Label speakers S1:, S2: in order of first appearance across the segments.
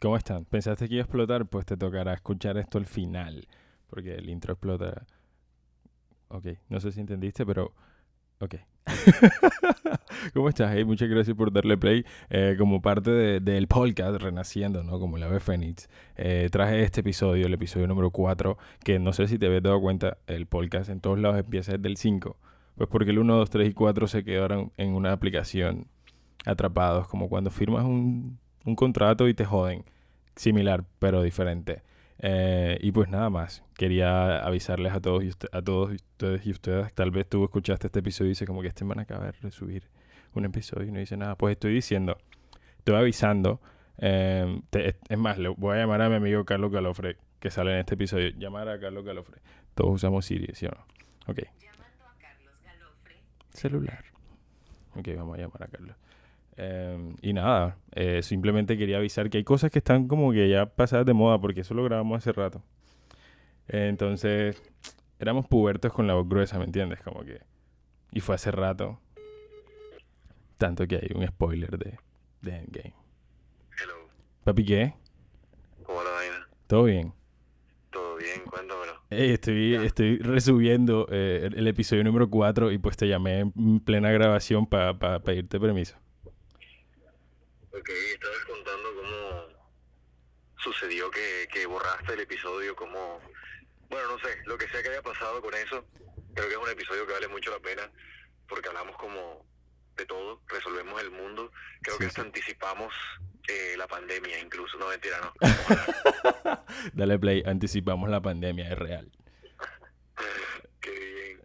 S1: ¿Cómo están? ¿Pensaste que iba a explotar? Pues te tocará escuchar esto al final, porque el intro explota. Ok, no sé si entendiste, pero... Ok. ¿Cómo estás? Hey, muchas gracias por darle play. Eh, como parte de- del podcast Renaciendo, ¿no? Como la ave Fénix, eh, traje este episodio, el episodio número 4, que no sé si te habías dado cuenta, el podcast en todos lados empieza desde el 5. Pues porque el 1, 2, 3 y 4 se quedaron en una aplicación atrapados, como cuando firmas un, un contrato y te joden. Similar, pero diferente. Eh, y pues nada más, quería avisarles a todos, y uste- a todos y ustedes y ustedes, tal vez tú escuchaste este episodio y dices como que este van a acabar de subir un episodio y no dice nada, pues estoy diciendo, estoy avisando, eh, te- es más, le voy a llamar a mi amigo Carlos Galofre, que sale en este episodio, llamar a Carlos Galofre, todos usamos Siri, ¿sí o no? Ok. Celular. Ok, vamos a llamar a Carlos. Eh, y nada, eh, simplemente quería avisar que hay cosas que están como que ya pasadas de moda, porque eso lo grabamos hace rato. Eh, entonces, éramos pubertos con la voz gruesa, ¿me entiendes? Como que. Y fue hace rato. Tanto que hay un spoiler de, de Endgame.
S2: Hello,
S1: Papi, ¿qué?
S2: ¿cómo la vaina?
S1: ¿Todo bien?
S2: ¿Todo bien? Cuéntamelo.
S1: Ey, estoy, estoy resubiendo eh, el, el episodio número 4 y pues te llamé en plena grabación para pedirte permiso.
S2: Ok, estabas contando cómo sucedió que, que borraste el episodio, cómo... Bueno, no sé, lo que sea que haya pasado con eso, creo que es un episodio que vale mucho la pena, porque hablamos como de todo, resolvemos el mundo, creo
S1: Sí,
S2: que
S1: sí.
S2: hasta anticipamos eh, la pandemia incluso, no mentira, no.
S1: Dale play, anticipamos la pandemia, es real.
S2: Qué bien.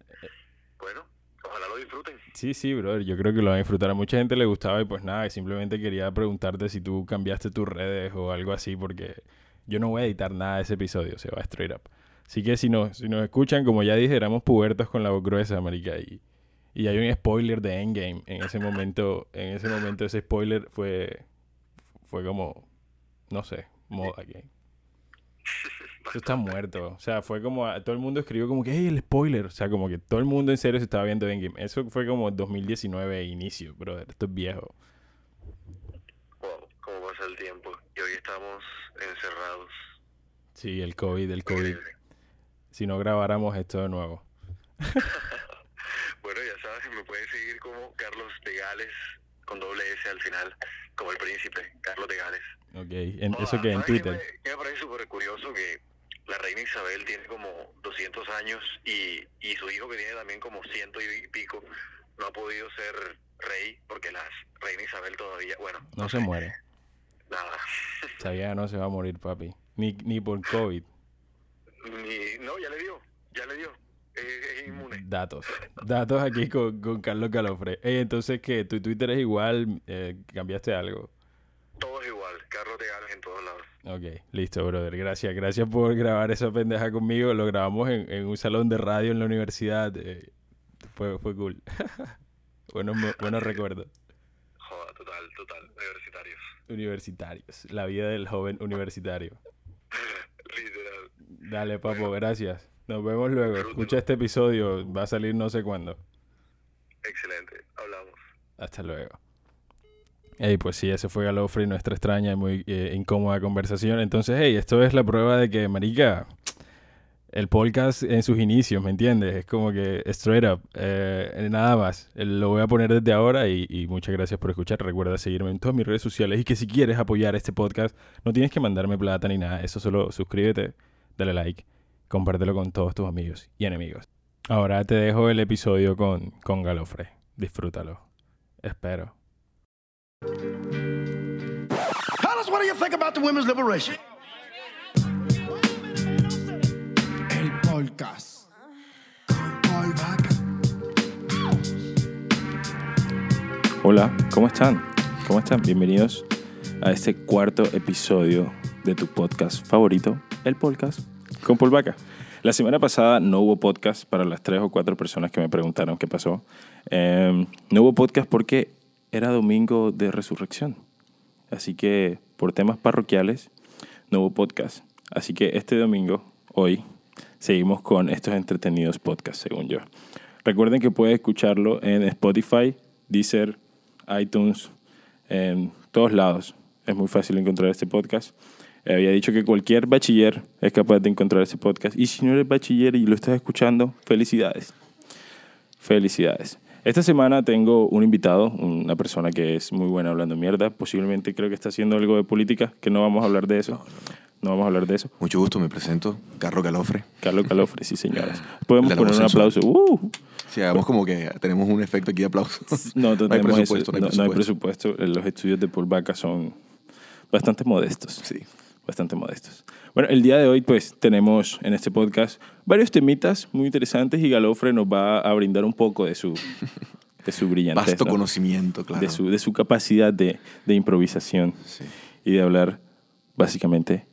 S2: Bueno, ojalá lo disfruten.
S1: Sí, sí, brother, yo creo que lo van a disfrutar. A mucha gente le gustaba y pues nada, y simplemente quería preguntarte si tú cambiaste tus redes o algo así, porque yo no voy a editar nada de ese episodio, se va straight up. Así que si nos, si nos escuchan, como ya dije, éramos pubertos con la voz gruesa, marica, y, y hay un spoiler de Endgame. En ese momento, en ese momento ese spoiler fue, fue como, no sé, moda que... Eso está muerto. O sea, fue como. a- todo el mundo escribió como que, hey, el spoiler. O sea, como que todo el mundo en serio se estaba viendo Endgame. Eso fue como 2019 inicio, brother. Esto es viejo.
S2: Wow, cómo pasa el tiempo. Y hoy estamos encerrados.
S1: Sí, el COVID, el COVID.
S2: Increíble.
S1: Si no grabáramos esto de nuevo.
S2: Bueno, ya sabes, me pueden seguir como Carlos de Gales, con doble S al final, como el príncipe, Carlos de Gales.
S1: Ok. En,
S2: Hola,
S1: eso que en
S2: ¿sabes
S1: Twitter.
S2: Me, qué me parece súper curioso que la reina Isabel tiene como 200 años y, y su hijo que tiene también como ciento y pico no ha podido ser rey porque la reina Isabel todavía, bueno,
S1: No se
S2: sé,
S1: muere.
S2: Nada.
S1: Sabía no se va a morir, papi. Ni, ni por COVID.
S2: Ni- no, ya le dio, ya le dio. Eh, es inmune.
S1: Datos. Datos aquí con, con Carlos Calofre. Ey, entonces, que ¿Tu Twitter es igual? Eh, ¿Cambiaste algo?
S2: Todo es igual, Carlos de Gales en todos lados.
S1: Ok, listo, brother. Gracias, gracias por grabar esa pendeja conmigo. Lo grabamos en, en un salón de radio en la universidad. eh, fue, fue cool. buenos, mo- buenos recuerdos
S2: Joda, total, total, universitarios.
S1: universitarios. La vida del joven universitario.
S2: Literal.
S1: Dale, papo, gracias. Nos vemos luego. Escucha este episodio. Va a salir no sé cuándo.
S2: Excelente, hablamos.
S1: Hasta luego. Hey, pues sí, ese fue Galofre y nuestra extraña y muy eh, incómoda conversación. Entonces, hey, esto es la prueba de que, marica, el podcast en sus inicios, ¿me entiendes? Es como que straight up, eh, nada más. Eh, Lo voy a poner desde ahora y, y muchas gracias por escuchar. Recuerda seguirme en todas mis redes sociales y que si quieres apoyar este podcast, no tienes que mandarme plata ni nada. Eso solo suscríbete, dale like, compártelo con todos tus amigos y enemigos. Ahora te dejo el episodio con, con Galofre. Disfrútalo. Espero.
S3: Carlos, what do you think about the women's liberation?
S4: El podcast con Paul Vaca.
S1: Hola, ¿cómo están? ¿Cómo están? Bienvenidos a este cuarto episodio de tu podcast favorito, el podcast con Paul Vaca. La semana pasada no hubo podcast para las tres o cuatro personas que me preguntaron qué pasó. Eh, no hubo podcast porque era domingo de resurrección. Así que por temas parroquiales no hubo podcast. Así que este domingo, hoy, seguimos con estos entretenidos podcasts, según yo. Recuerden que pueden escucharlo en Spotify, Deezer, iTunes, en todos lados. es muy fácil encontrar este podcast. Eh, había dicho que cualquier bachiller es capaz de encontrar este podcast. Y si no eres bachiller y lo estás escuchando, felicidades. Felicidades. Esta semana tengo un invitado, una persona que es muy buena hablando mierda. Posiblemente creo que está haciendo algo de política, que no vamos a hablar de eso. No, vamos a hablar de eso.
S5: Mucho gusto, me presento. Carlos Galofre.
S1: Carlos Calofre, sí, señoras. Podemos
S5: El de la
S1: poner un
S5: voz sensual.
S1: aplauso. ¡Uh!
S5: Si hagamos como que tenemos un efecto aquí de aplauso.
S1: No, no,
S5: hay
S1: tenemos eso.
S5: presupuesto,
S1: no, no hay presupuesto. Eh, Los estudios de Paul Vaca son bastante modestos.
S5: Sí.
S1: Bastante modestos. Bueno, el día de hoy, pues, tenemos en este podcast varios temitas muy interesantes y Galofre nos va a brindar un poco de su, de su brillantez.
S5: Vasto
S1: ¿no?
S5: conocimiento, claro.
S1: de, su, de su capacidad de, de improvisación
S5: Sí.
S1: y de hablar básicamente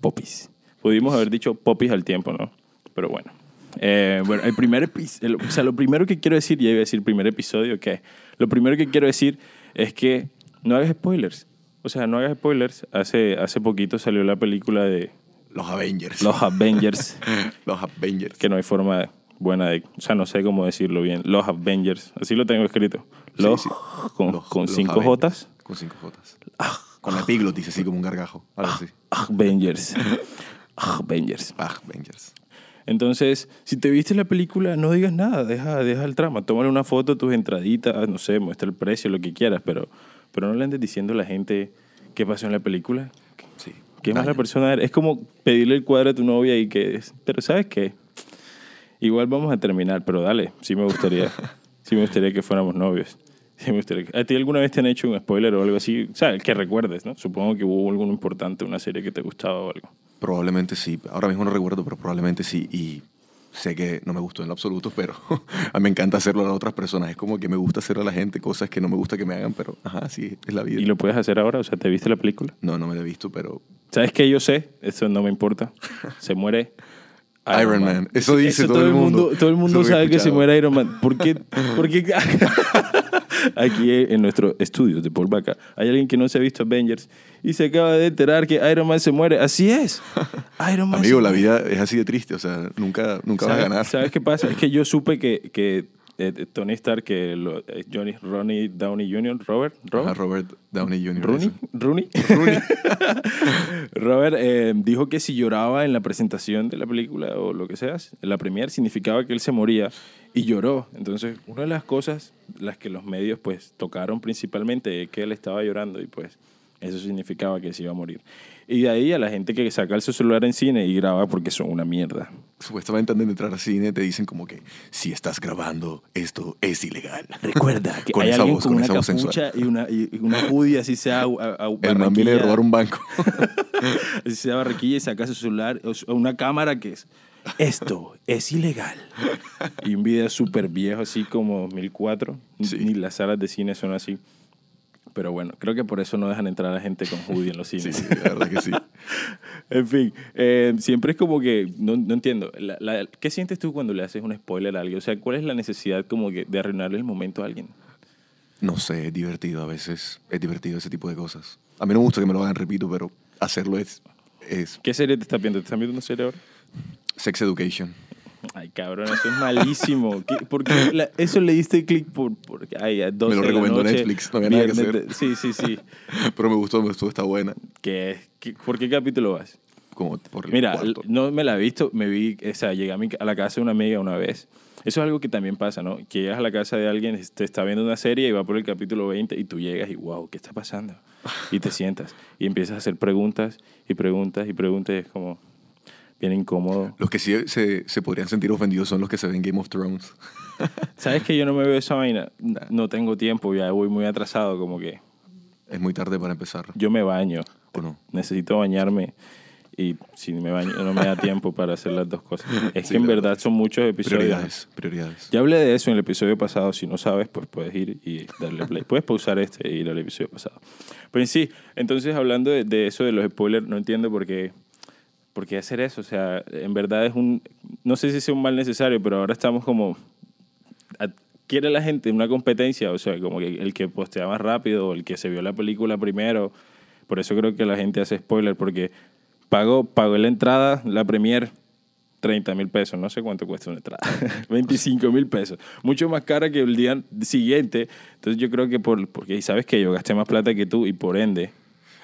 S1: popis. Pudimos haber dicho popis al tiempo, ¿no? Pero bueno. Eh, bueno, el primer epi- el- o sea, lo primero que quiero decir, ya iba a decir primer episodio, que lo primero que quiero decir es que no hagas spoilers. O sea, no hagas spoilers. Hace, hace poquito salió la película de
S5: Los Avengers.
S1: Los Avengers,
S5: Los Avengers.
S1: que no hay forma buena de, o sea, no sé cómo decirlo bien. Los Avengers, así lo tengo escrito.
S5: Sí,
S1: Los
S5: sí.
S1: con,
S5: Los-
S1: con
S5: los
S1: cinco
S5: Avengers.
S1: Jotas. Ah,
S5: Con cinco Jotas. Con la epiglotis, así como un gargajo. Algo así.
S1: Avengers. Avengers.
S5: Avengers.
S1: Entonces, si te viste la película, no digas nada, deja, deja el trama, tómale una foto, tus entraditas, ah, no sé, muestra el precio, lo que quieras, pero, pero no le andes diciendo a la gente qué pasó en la película.
S5: Sí.
S1: Qué
S5: Daño.
S1: mala persona eres. Es como pedirle el cuadro a tu novia y que... Pero ¿sabes qué? Igual vamos a terminar, pero dale, sí me gustaría. sí me gustaría que fuéramos novios. Sí me gustaría. que- ¿A ti alguna vez te han hecho un spoiler o algo así? ¿Sabes? Que recuerdes, ¿no? Supongo que hubo alguno importante, una serie que te gustaba o algo.
S5: Probablemente sí. Ahora mismo no recuerdo, pero probablemente sí. Y sé que no me gustó en lo absoluto, pero a mí me encanta hacerlo a las otras personas. Es como que me gusta hacerlo a la gente cosas que no me gusta que me hagan, pero ajá, sí, es la vida.
S1: ¿Y lo puedes hacer ahora? O sea, ¿te viste la película?
S5: No, no me lo he visto, pero
S1: ¿Sabes qué? Yo sé, eso no me importa. Se muere
S5: Iron, Man. Eso dice todo, el mundo.
S1: Todo el mundo
S5: Eso lo he
S1: sabe que se
S5: escuchado.
S1: muere Iron Man. ¿Por qué? ¿Por qué? Aquí en nuestro estudio de Paul Baca hay alguien que no se ha visto Avengers y se acaba de enterar que Iron Man se muere. Así es. Iron Man.
S5: Amigo,
S1: se
S5: la
S1: muere.
S5: vida es así de triste, o sea, nunca, nunca vas a
S1: ¿Sabes-
S5: ganar.
S1: ¿Sabes qué pasa? Es que yo supe que, que eh, Tony Stark, que lo- eh, Johnny, Ronnie Downey Jr., Robert,
S5: Ajá,
S1: Robert,
S5: Robert Downey Jr.
S1: Rooney,
S5: eso.
S1: Rooney. Robert eh, dijo que si lloraba en la presentación de la película o lo que sea, en la premier significaba que él se moría y lloró. Entonces, una de las cosas las que los medios pues tocaron principalmente es que él estaba llorando y pues eso significaba que se iba a morir. Y de ahí a la gente que saca su celular en cine y graba porque son una mierda.
S5: Supuestamente antes de entrar al cine te dicen como que si estás grabando esto es ilegal.
S1: Recuerda que
S5: Con
S1: hay
S5: esa
S1: alguien
S5: voz,
S1: con,
S5: con
S1: una
S5: esa voz sensual.
S1: capucha y una, y y una hoodie así sea a, a-
S5: El man viene de
S1: barranquilla.
S5: robar un banco.
S1: Así se da barriquilla y saca su celular o su- una cámara que es esto es ilegal y un video súper viejo así como 2004
S5: Sí.
S1: ni las salas de cine son así pero bueno creo que por eso no dejan entrar a gente con hoodie en los
S5: sí,
S1: cines
S5: sí, la verdad que sí.
S1: en fin eh, siempre es como que no, no entiendo La- la- ¿qué sientes tú cuando le haces un spoiler a alguien? o sea ¿cuál es la necesidad como que de arruinarle el momento a alguien?
S5: No sé, es divertido a veces. Es divertido ese tipo de cosas. A mí no me gusta que me lo hagan, repito, pero hacerlo es, es
S1: ¿qué serie te estás viendo? ¿te estás viendo una serie ahora?
S5: sex education.
S1: Ay, cabrón, eso es malísimo. ¿Qué- por qué la- eso le diste clic por, por ay, a 12 de la
S5: recomendó
S1: noche,
S5: Netflix, no había nada que
S1: viernes
S5: hacer.
S1: de- sí, sí, sí.
S5: Pero me gustó, me gustó, está buena.
S1: ¿Qué, qué- por qué capítulo vas?
S5: Como por el
S1: Mira,
S5: cuarto.
S1: l- no me la he visto, me vi, o sea, llegué a, mi- a la casa de una amiga una vez. Eso es algo que también pasa, ¿no? Que llegas a la casa de alguien, te está viendo una serie y va por el capítulo 20 y tú llegas y, wow, ¿qué está pasando? Y te sientas y empiezas a hacer preguntas y preguntas y preguntas y es como bien incómodo.
S5: Los que sí se, se podrían sentir ofendidos son los que se ven Game of Thrones.
S1: ¿Sabes que yo no me veo esa vaina? N- No tengo tiempo, ya voy muy atrasado, como que
S5: Es muy tarde para empezar,
S1: yo me baño,
S5: ¿o no?
S1: necesito bañarme y si me baño no me da tiempo para hacer las dos cosas. Es
S5: Sí,
S1: que en
S5: la
S1: verdad son muchos episodios.
S5: Prioridades, prioridades.
S1: Pues, Ya hablé de eso en el episodio pasado, si no sabes, pues puedes ir y darle play. Puedes pausar este e ir al episodio pasado. Pero en sí, entonces hablando de, de eso de los spoilers, no entiendo por qué, por qué hacer eso. O sea, en verdad es un, no sé si es un mal necesario, pero ahora estamos como, adquiere la gente una competencia, o sea, como que el que postea más rápido, o el que se vio la película primero. Por eso creo que la gente hace spoiler, porque pagó, pagó la entrada, la premier, 30 mil pesos, no sé cuánto cuesta una entrada, 25 mil pesos, mucho más cara que el día siguiente. Entonces yo creo que por, porque y sabes que yo gasté más plata que tú y por ende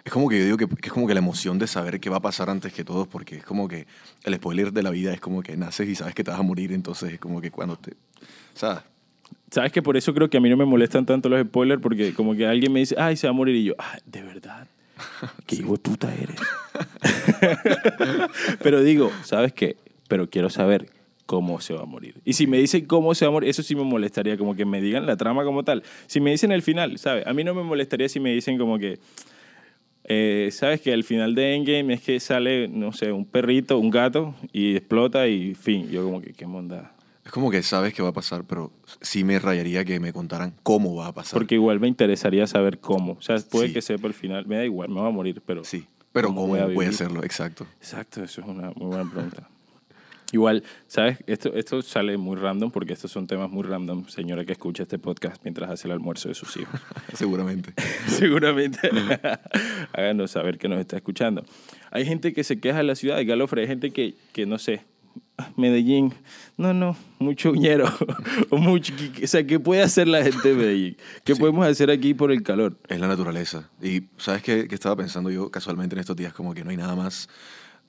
S5: Es como que yo digo que, que es como que la emoción de saber qué va a pasar antes que todos, porque es como que el spoiler de la vida es como que naces y sabes que te vas a morir, entonces es como que cuando te... ¿Sabes?
S1: ¿Sabes que por eso creo que a mí no me molestan tanto los spoilers? Porque como que alguien me dice, ay, se va a morir. Y yo, ay, de verdad. Qué hijo de puta eres. Pero digo, ¿sabes qué? Pero quiero saber cómo se va a morir. Y si me dicen cómo se va a morir, eso sí me molestaría, como que me digan la trama como tal. Si me dicen el final, ¿sabes? A mí no me molestaría si me dicen como que, eh, ¿sabes que Al final de Endgame es que sale, no sé, un perrito, un gato, y explota y fin. Yo como que, qué monda.
S5: Es como que sabes qué va a pasar, pero sí me rayaría que me contaran cómo va a pasar.
S1: Porque igual me interesaría saber cómo. O sea, puede
S5: Sí.
S1: que sepa el final, me da igual, me va a morir, pero...
S5: Sí, pero
S1: ¿Cómo
S5: cómo,
S1: voy a
S5: voy a
S1: vivir?
S5: hacerlo, exacto.
S1: Exacto, eso es una muy buena pregunta. Igual, ¿sabes? Esto, esto sale muy random porque estos son temas muy random, señora que escucha este podcast mientras hace el almuerzo de sus hijos.
S5: Seguramente.
S1: Seguramente. Háganos saber que nos está escuchando. Hay gente que se queja de la ciudad de Galofre, hay gente que, que no sé, Medellín, no, no, mucho uñero, o mucho, o sea, ¿qué puede hacer la gente de Medellín? ¿Qué podemos hacer aquí por el calor?
S5: Es la naturaleza. Y sabes qué, qué estaba pensando yo casualmente en estos días, como que no hay nada más,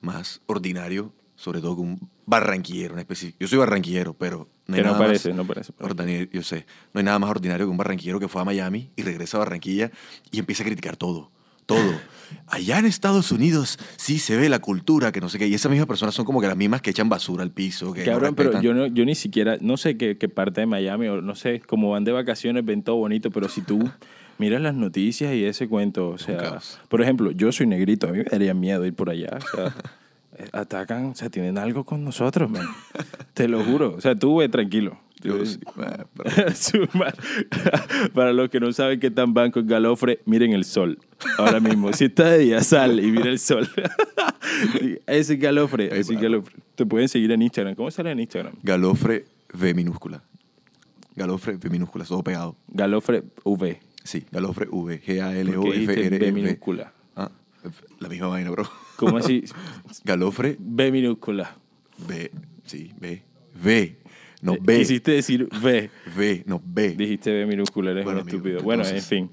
S5: más ordinario, sobre todo que un barranquillero, una especie. Yo soy barranquillero, pero no hay
S1: que no
S5: nada más
S1: parece, no parece. pues.
S5: ordinario- yo sé, no hay nada más ordinario que un barranquillero que fue a Miami y regresa a Barranquilla y empieza a criticar todo. Todo. Allá en Estados Unidos sí se ve la cultura, que no sé qué. Y esas mismas personas son como que las mismas que echan basura al piso. Que no
S1: Cabrón, pero
S5: respetan.
S1: yo, no, yo ni siquiera, no sé qué, qué parte de Miami, o no sé, como van de vacaciones, ven todo bonito, pero si tú miras las noticias y ese cuento, o sea,
S5: caos.
S1: por ejemplo, yo soy negrito, a mí me daría miedo ir por allá, o sea, eh, atacan, o sea, tienen algo con nosotros, man. Te lo juro, o sea, tú ve tranquilo.
S5: Yo sí, ah, pero-
S1: Sumar. Para los que no saben qué tan banco es Galofre, miren el sol. Ahora mismo, si está de día, sal y mira el sol. ese es Galofre,
S5: Ey,
S1: ese es
S5: mano.
S1: Galofre. Te pueden seguir en Instagram. ¿Cómo sale en Instagram?
S5: Galofre V minúscula. Galofre V minúscula, todo pegado.
S1: Galofre V.
S5: Sí, Galofre V.
S1: ¿Por qué dijiste
S5: G-A-L-O-F-R-E.
S1: B minúscula?
S5: Ah, la misma vaina, bro.
S1: ¿Cómo así?
S5: Galofre
S1: B minúscula.
S5: B. Sí, B. V. No,
S1: Eh,
S5: B.
S1: Quisiste decir V.
S5: V. No, B.
S1: Dijiste B minúscula, eres
S5: Bueno,
S1: un
S5: amigo,
S1: estúpido. Bueno, en
S5: entonces-
S1: fin.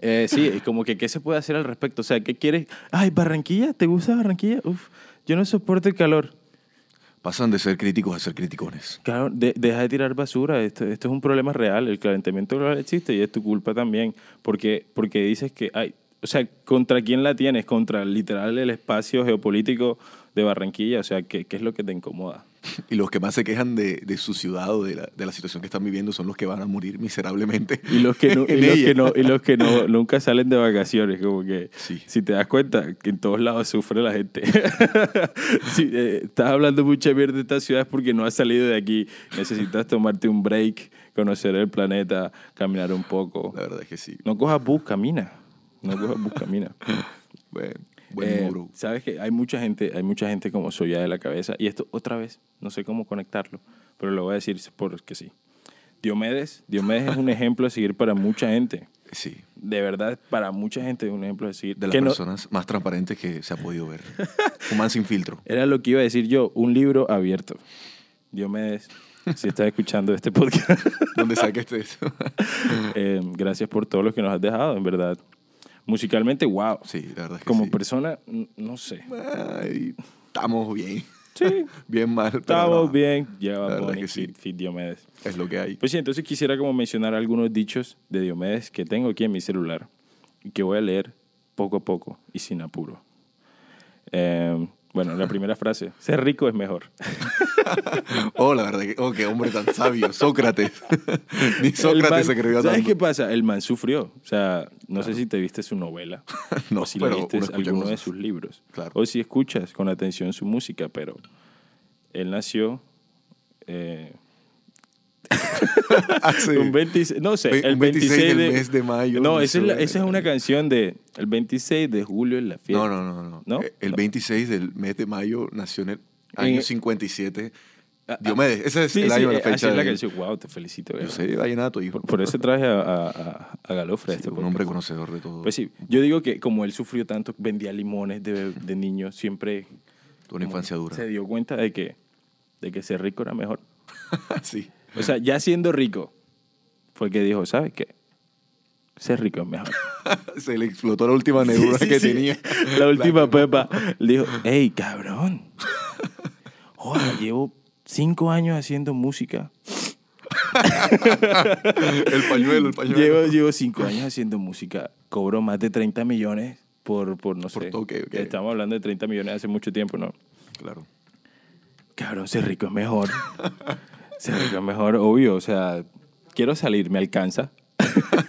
S1: Eh, sí, es como que qué se puede hacer al respecto. O sea, ¿qué quieres? Ay, Barranquilla, ¿te gusta Barranquilla? Uf, yo no soporto el calor.
S5: Pasan de ser críticos a ser criticones.
S1: Claro, de- deja de tirar basura. Esto, esto es un problema real. El calentamiento global existe y es tu culpa también. Porque, porque dices que hay. O sea, ¿contra quién la tienes? Contra literal el espacio geopolítico de Barranquilla. O sea, ¿qué, qué es lo que te incomoda?
S5: Y los que más se quejan de, de su ciudad o de la, de la situación que están viviendo son los que van a morir miserablemente.
S1: Y los que, no, y
S5: en
S1: los
S5: ella.
S1: que, no, y los que no, nunca salen de vacaciones, como que
S5: Sí.
S1: si te das cuenta que en todos lados sufre la gente. si eh, estás hablando mucha mierda de esta ciudad es porque no has salido de aquí. Necesitas tomarte un break, conocer el planeta, caminar un poco.
S5: La verdad es que sí.
S1: No cojas bus, camina. No cojas bus, camina.
S5: Buen, buen
S1: Eh,
S5: muro.
S1: Sabes que hay mucha gente, hay mucha gente como soya de la cabeza. Y esto otra vez, no sé cómo conectarlo, pero lo voy a decir porque sí. Diomedes, Diomedes es un ejemplo a seguir para mucha gente.
S5: Sí.
S1: De verdad, para mucha gente es un ejemplo a seguir.
S5: De las
S1: Que no-
S5: personas más transparentes que se ha podido ver. Un man sin filtro.
S1: era lo que iba a decir yo, un libro abierto. Diomedes, si estás escuchando este podcast.
S5: ¿Dónde este? sacaste eso?
S1: Eh, gracias por todo lo que nos has dejado, en verdad. Musicalmente, wow.
S5: Sí, la verdad es que
S1: Como
S5: sí.
S1: persona, n- no sé.
S5: Ay, estamos bien.
S1: Sí,
S5: Bien mal. pero
S1: estamos
S5: no,
S1: bien.
S5: La
S1: Lleva
S5: verdad
S1: Bonnie
S5: que sí.
S1: Fit, Fit Diomedes.
S5: Es lo que hay.
S1: Pues sí, entonces quisiera como mencionar algunos dichos de Diomedes que tengo aquí en mi celular y que voy a leer poco a poco y sin apuro. Eh, bueno, la primera frase, ser rico es mejor.
S5: Oh, la verdad que. Oh, qué hombre tan sabio. Sócrates. Ni
S1: El man-
S5: Sócrates se escribió
S1: ¿Sabes
S5: tanto.
S1: qué pasa? El man sufrió. O sea, no sé si te viste su novela
S5: No,
S1: o si
S5: pero
S1: leíste
S5: uno escucha
S1: alguno de
S5: cosas.
S1: sus libros.
S5: Claro.
S1: O si escuchas con atención su música, pero él nació... eh,
S5: Hace-
S1: Un 26, no sé,
S5: Ah, Este, Ve-
S1: el
S5: un
S1: 26,
S5: 26 del
S1: de,
S5: mes de mayo,
S1: No,
S5: no
S1: esa es,
S5: sé,
S1: la-
S5: vale,
S1: esa es una
S5: vale.
S1: canción de el 26 de julio en la fiesta.
S5: No, no, no, no.
S1: ¿No?
S5: Eh, El
S1: No.
S5: 26 del mes de mayo nació en el
S1: En-
S5: año 57.
S1: Ah, ah.
S5: Diomedes, ese es
S1: Sí,
S5: el
S1: sí,
S5: año de
S1: eh,
S5: la fecha.
S1: así es la
S5: de-
S1: canción. Wow, te felicito.
S5: Yo
S1: ¿verdad?
S5: sé, vallenato, hijo.
S1: Por, por eso traje a, a, a- a Galofre. a
S5: Sí,
S1: este
S5: un
S1: podcast.
S5: hombre conocedor de todo.
S1: Pues sí, yo digo que como él sufrió tanto, vendía limones de, de niño, siempre
S5: Tuvo una infancia dura.
S1: se dio cuenta de que, de que ser rico era mejor.
S5: sí.
S1: O sea, ya siendo rico, fue que dijo, ¿sabes qué? Ser rico es mejor.
S5: Se le explotó la última neurona que tenía.
S1: La última pepa. Le dijo, hey, cabrón. Joder, llevo cinco años haciendo música.
S5: El pañuelo, el pañuelo.
S1: Llevo, llevo cinco años haciendo música. Cobro más de 30 millones por, por no
S5: Por
S1: sé.
S5: toque, ok.
S1: Estamos hablando de 30 millones hace mucho tiempo, ¿no?
S5: Claro.
S1: Cabrón, ser rico es mejor. ser rico es mejor, obvio. O sea, quiero salir, me alcanza.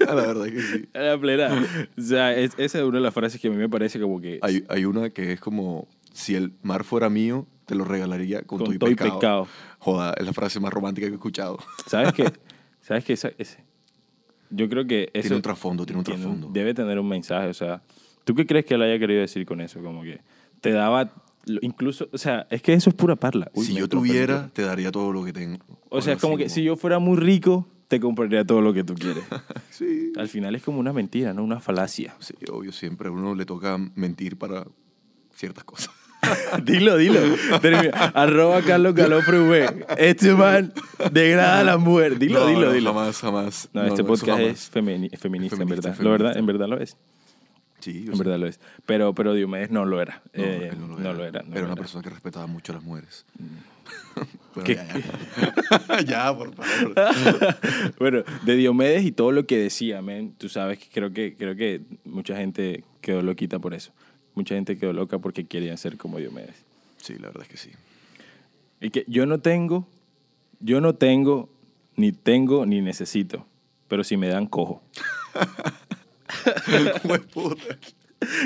S5: La verdad es que sí.
S1: A la plena. O sea, es- esa es una de las frases que a mí me parece como que...
S5: Hay, hay una que es como, si el mar fuera mío, te lo regalaría con, todo y pescado. Joda, es la frase más romántica que he escuchado.
S1: ¿Sabes qué? ¿Sabes qué? Esa- ese- Yo creo que eso...
S5: tiene un trasfondo, tiene un
S1: tiene un-
S5: trasfondo.
S1: debe tener un mensaje, o sea, ¿tú qué crees que él haya querido decir con eso? Como que te daba, lo- incluso, o sea, es que eso es pura parla. Uy,
S5: si
S1: me
S5: yo
S1: entró
S5: tuviera,
S1: pendejo.
S5: te daría todo lo que tengo.
S1: O sea, es
S5: Algo
S1: como
S5: así,
S1: que si yo fuera muy rico, te compraría todo lo que tú quieres.
S5: Sí,
S1: Al final es como una mentira, ¿no? Una falacia.
S5: sí, obvio, siempre a uno le toca mentir para ciertas cosas.
S1: dilo, dilo. Termina. Arroba Carlos Calofre V. Este man degrada a la mujer. Dilo,
S5: No,
S1: dilo,
S5: no,
S1: dilo.
S5: Jamás, jamás.
S1: No,
S5: No,
S1: este
S5: no, eso
S1: podcast es
S5: jamás.
S1: femini- feminista, en
S5: Feminista,
S1: verdad.
S5: feminista.
S1: Lo verdad. En verdad lo es.
S5: Sí, yo
S1: En
S5: sé.
S1: verdad lo es. Pero, pero Diomedes no lo era.
S5: No,
S1: Eh,
S5: él no lo era.
S1: no lo era.
S5: era una
S1: Mm.
S5: persona que respetaba mucho a las mujeres. Bueno,
S1: ¿Qué?
S5: ya, ya. Ya, por favor.
S1: bueno, de Diomedes y todo lo que decía, men, tú sabes que creo que creo que mucha gente quedó loquita por eso. Mucha gente quedó loca porque querían ser como Diomedes.
S5: Sí, la verdad es que sí.
S1: Y que yo no tengo, yo no tengo, ni tengo, ni necesito. Pero si me dan, cojo.
S5: Hueputa.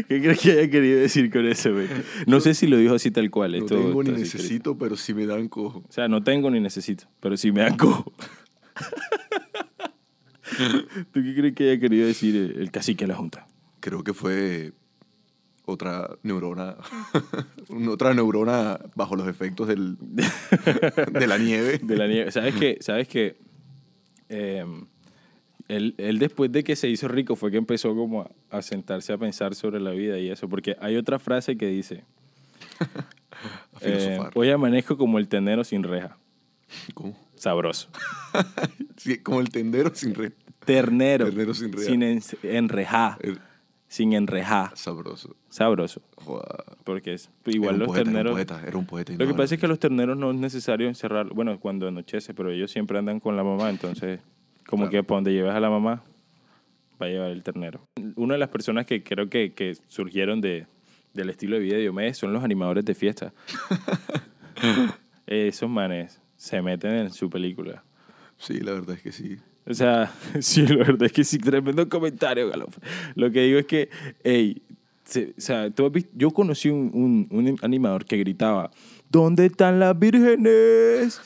S1: ¿Qué crees que haya querido decir con eso, men? No sé si lo dijo así tal cual.
S5: No
S1: esto-
S5: tengo ni
S1: esto así escrito.
S5: necesito, pero si me dan cojo.
S1: O sea, no tengo ni necesito, pero si me dan cojo. ¿Tú qué crees que haya querido decir el, el cacique de la Junta?
S5: Creo que fue otra neurona, otra neurona bajo los efectos del, de la nieve.
S1: De la nieve. ¿Sabes qué? ¿Sabes qué? Eh, él, él después de que se hizo rico fue que empezó como a, a sentarse a pensar sobre la vida y eso. Porque hay otra frase que dice,
S5: A
S1: eh,
S5: filosofar.
S1: hoy amanezco como el tenero sin reja.
S5: ¿Cómo?
S1: Sabroso.
S5: Sí, como el tendero sin red.
S1: Ternero.
S5: Ternero sin reja.
S1: Sin en- enrejá.
S5: Eh,
S1: Sin enrejá.
S5: Sabroso.
S1: Sabroso.
S5: Joda.
S1: Porque es igual
S5: Era un
S1: los
S5: poeta,
S1: terneros...
S5: Era un poeta, era un poeta.
S1: Lo que pasa es que los terneros no es necesario encerrar, bueno, cuando anochece, pero ellos siempre andan con la mamá, entonces, como que para donde lleves a la mamá, va a llevar el ternero. Una de las personas que creo que, que surgieron de, del estilo de vida de Diomedes son los animadores de fiesta. Esos manes se meten en su película.
S5: Sí, la verdad es que sí.
S1: O sea, sí, la verdad es que sí, tremendo comentario, Galof. Lo que digo es que, ey, se- o sea, tú has visto- yo conocí un, un- un animador que gritaba, ¿dónde están las vírgenes?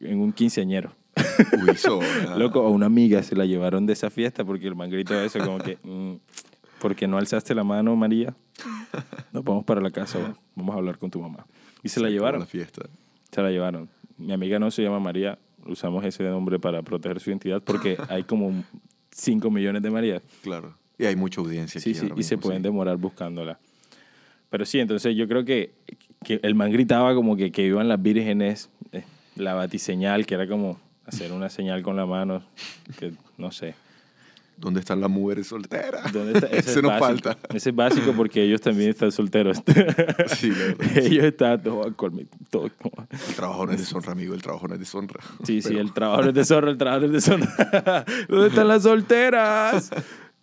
S1: En un quinceañero.
S5: Uy, sobra.
S1: Loco, a una amiga se la llevaron de esa fiesta porque el man gritó eso, como que, mm, ¿por qué no alzaste la mano, María? Nos vamos para la casa, va, vamos a hablar con tu mamá. Y se la
S5: Acabó
S1: llevaron.
S5: La fiesta.
S1: Se la llevaron. Mi amiga no se llama María. Usamos ese nombre para proteger su identidad porque hay como 5 millones de Marías.
S5: Claro. Y hay mucha audiencia
S1: Sí,
S5: aquí
S1: sí,
S5: ahora
S1: y se
S5: mismo,
S1: pueden
S5: sí.
S1: demorar buscándola. Pero sí, entonces yo creo que, que el man gritaba como que, que iban las vírgenes, eh, la batiseñal, que era como hacer una señal con la mano, que no sé.
S5: ¿Dónde están las mujeres solteras?
S1: ¿Dónde está? Ese
S5: Eso
S1: es
S5: nos
S1: básico.
S5: falta.
S1: Ese es básico porque ellos también están solteros.
S5: Sí, la verdad.
S1: ellos están todos, colmi- todos como-
S5: El trabajo no es deshonra, amigo. El trabajo no es deshonra.
S1: Sí, sí,
S5: Pero-
S1: el trabajador es de zorro, el trabajador es de zorro. ¿Dónde están las solteras?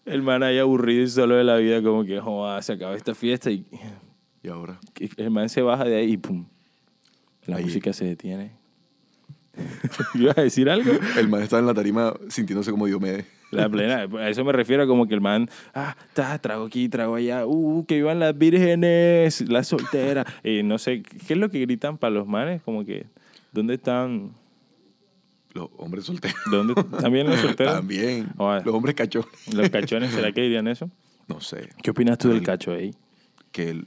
S1: El man ahí aburrido y solo de la vida, como que joda, se acaba esta fiesta y
S5: Y ahora,
S1: y el man se baja de ahí y pum. La
S5: Ahí.
S1: música se detiene. ¿Ibas a decir algo?
S5: el man está en la tarima sintiéndose como Diomedes.
S1: La plena, a eso me refiero como que el man, ah, ta, trago aquí, trago allá, uh, que iban las vírgenes, las solteras. Eh, no sé, ¿qué es lo que gritan para los manes? Como que, ¿dónde están?
S5: Los hombres solteros.
S1: ¿Dónde? ¿También los solteros?
S5: También.
S1: Joda.
S5: Los hombres cachos.
S1: Los cachones, ¿será que dirían eso?
S5: No sé.
S1: ¿Qué opinas tú del cacho ahí?
S5: Que el-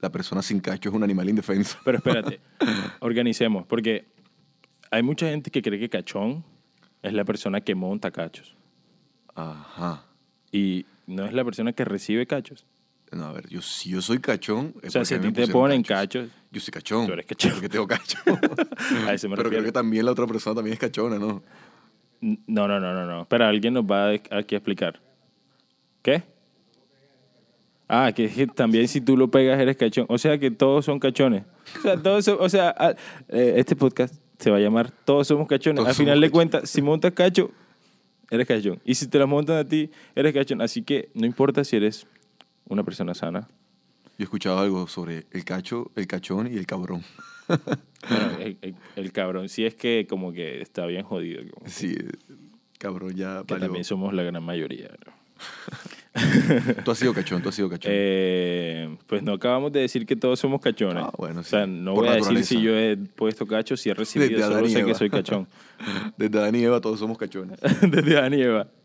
S5: la persona sin cacho es un animal indefenso.
S1: Pero espérate, organicemos, porque hay mucha gente que cree que cachón es la persona que monta cachos
S5: Ajá.
S1: y no es la persona que recibe cachos.
S5: No, a ver, yo, si yo soy cachón. es
S1: O sea,
S5: porque
S1: si a
S5: mí
S1: ti
S5: me
S1: te
S5: pusieron
S1: ponen cachos,
S5: Yo soy cachón.
S1: tú eres cachón.
S5: Porque tengo cacho.
S1: A eso me
S5: Pero creo
S1: refiero.
S5: que también la otra persona también es cachona, ¿no?
S1: No, no, no, no, no. Espera, alguien nos va a- aquí a explicar. ¿Qué? Ah, que, es que también si tú lo pegas eres cachón. O sea que todos son cachones. O sea, todos so- o sea ah, eh, este podcast se va a llamar Todos somos cachones.
S5: Todos
S1: Al final
S5: somos
S1: de
S5: cachones.
S1: cuentas, si montas cacho, eres cachón. Y si te las montan a ti, eres cachón. Así que no importa si eres una persona sana.
S5: Yo he escuchado algo sobre el cacho, el cachón y el cabrón.
S1: Bueno, el, el- el cabrón, sí es que como que está bien jodido. como que
S5: Sí, eh, cabrón ya valió.
S1: también somos la gran mayoría. ¿no?
S5: Tú has sido cachón, tú has sido cachón.
S1: Eh, pues no acabamos de decir que todos somos cachones.
S5: Ah, bueno, sí.
S1: O sea, no
S5: Por
S1: voy a decir
S5: naturaleza.
S1: si yo he puesto cacho, si he recibido,
S5: Desde Adán
S1: solo
S5: y
S1: sé que
S5: Eva.
S1: soy cachón.
S5: Desde Adán y Eva todos somos cachones.
S1: Desde Adán y Eva.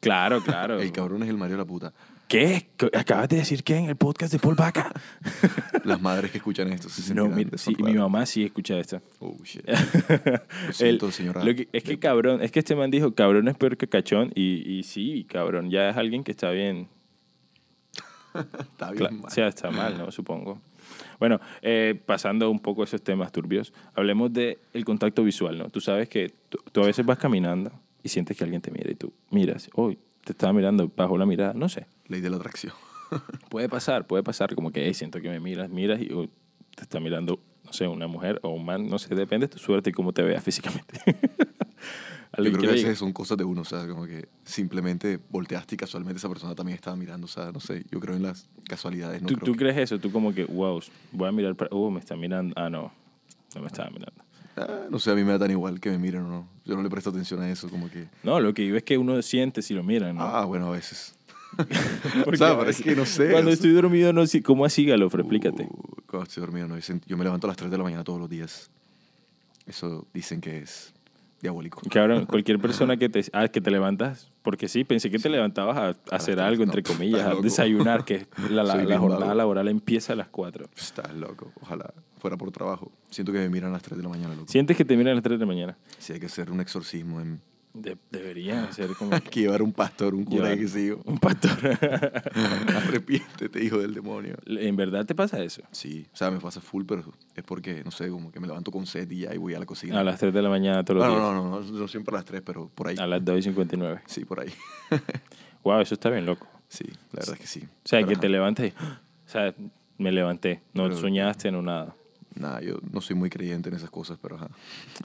S1: Claro, claro.
S5: El cabrón es el Mario de la puta.
S1: ¿Qué? ¿Qué- ¿Acabas de decir qué en el podcast de Paul Vaca?
S5: Las madres que escuchan esto se
S1: no,
S5: sentirán
S1: mira, sí, mi
S5: desamparadas.
S1: mamá sí escucha esto.
S5: Oh, shit.
S1: El-
S5: siento, señora.
S1: lo que- es que cabrón, es que este man dijo cabrón es peor que cachón y, y sí, cabrón, ya es alguien que está bien.
S5: Está bien
S1: Cla-
S5: mal.
S1: o sea, está mal, ¿no? Supongo. Bueno, eh, pasando un poco esos temas turbios, hablemos de el contacto visual, ¿no? Tú sabes que tú, tú a veces vas caminando y sientes que alguien te mira y tú miras, uy, te estaba mirando, bajo la mirada, no sé.
S5: Ley de la atracción.
S1: Puede pasar, puede pasar, como que "Ey, siento que me miras, miras y uy, te está mirando, no sé, una mujer o un man, no sé, depende de tu suerte y cómo te veas físicamente. A lo
S5: Yo creo que a
S1: le llegue.
S5: veces son cosas de uno, o sea, como que simplemente volteaste y casualmente esa persona también estaba mirando, o sea, no sé, yo creo en las casualidades, no
S1: ¿Tú,
S5: creo
S1: tú
S5: que-
S1: crees eso? Tú como que, wow, voy a mirar para... Uh, me está mirando. Ah, no, no me estaba mirando.
S5: Ah, no sé, a mí me da tan igual que me miren o no. Yo no le presto atención a eso, como que...
S1: No, lo que digo es que uno siente si lo miran, ¿no?
S5: Ah, bueno, a veces.
S1: Porque
S5: o sea,
S1: a
S5: pero es
S1: veces-
S5: que no sé.
S1: Cuando
S5: o sea,
S1: estoy dormido, no sé. ¿Cómo así, Galofre? Explícate.
S5: uh, cuando estoy dormido, no dicen- Yo me levanto a las 3 de la mañana todos los días. Eso dicen que es diabólico.
S1: Cabrón, cualquier persona que te, ah, que te levantas, porque sí, pensé que te levantabas a, a hacer
S5: tres,
S1: algo,
S5: no,
S1: entre
S5: Ah, estás
S1: comillas, a
S5: loco.
S1: desayunar, que la, la-
S5: Soy
S1: la
S5: bien
S1: jornada
S5: vago.
S1: laboral empieza a las 4.
S5: Estás loco. Ojalá fuera por trabajo. Siento que me miran a las 3 de la mañana, loco.
S1: Sientes que te miran a las 3 de la mañana.
S5: Si hay que hacer un exorcismo, en...
S1: De- debería ser como
S5: hay que llevar un pastor, un cura,
S1: Llevar-
S5: que sé yo.
S1: un pastor.
S5: Arrepiéntete, hijo del demonio.
S1: ¿En verdad te pasa eso?
S5: Sí, o sea, me pasa full, pero es porque, no sé, como que me levanto con sed y ya y voy a la cocina.
S1: A las 3 de la mañana todos los
S5: no, no,
S1: días.
S5: no, no, no, no siempre a las 3, pero por ahí.
S1: A las 2 y 59.
S5: Sí, por ahí.
S1: Wow, eso está bien loco.
S5: Sí, la verdad es que sí.
S1: O sea, que
S5: Pero,
S1: te
S5: ajá,
S1: levantes y, ¡Ah! o sea, me levanté. No
S5: Pero-
S1: soñaste, no nada.
S5: Nada, yo no soy muy creyente en esas cosas, pero ajá.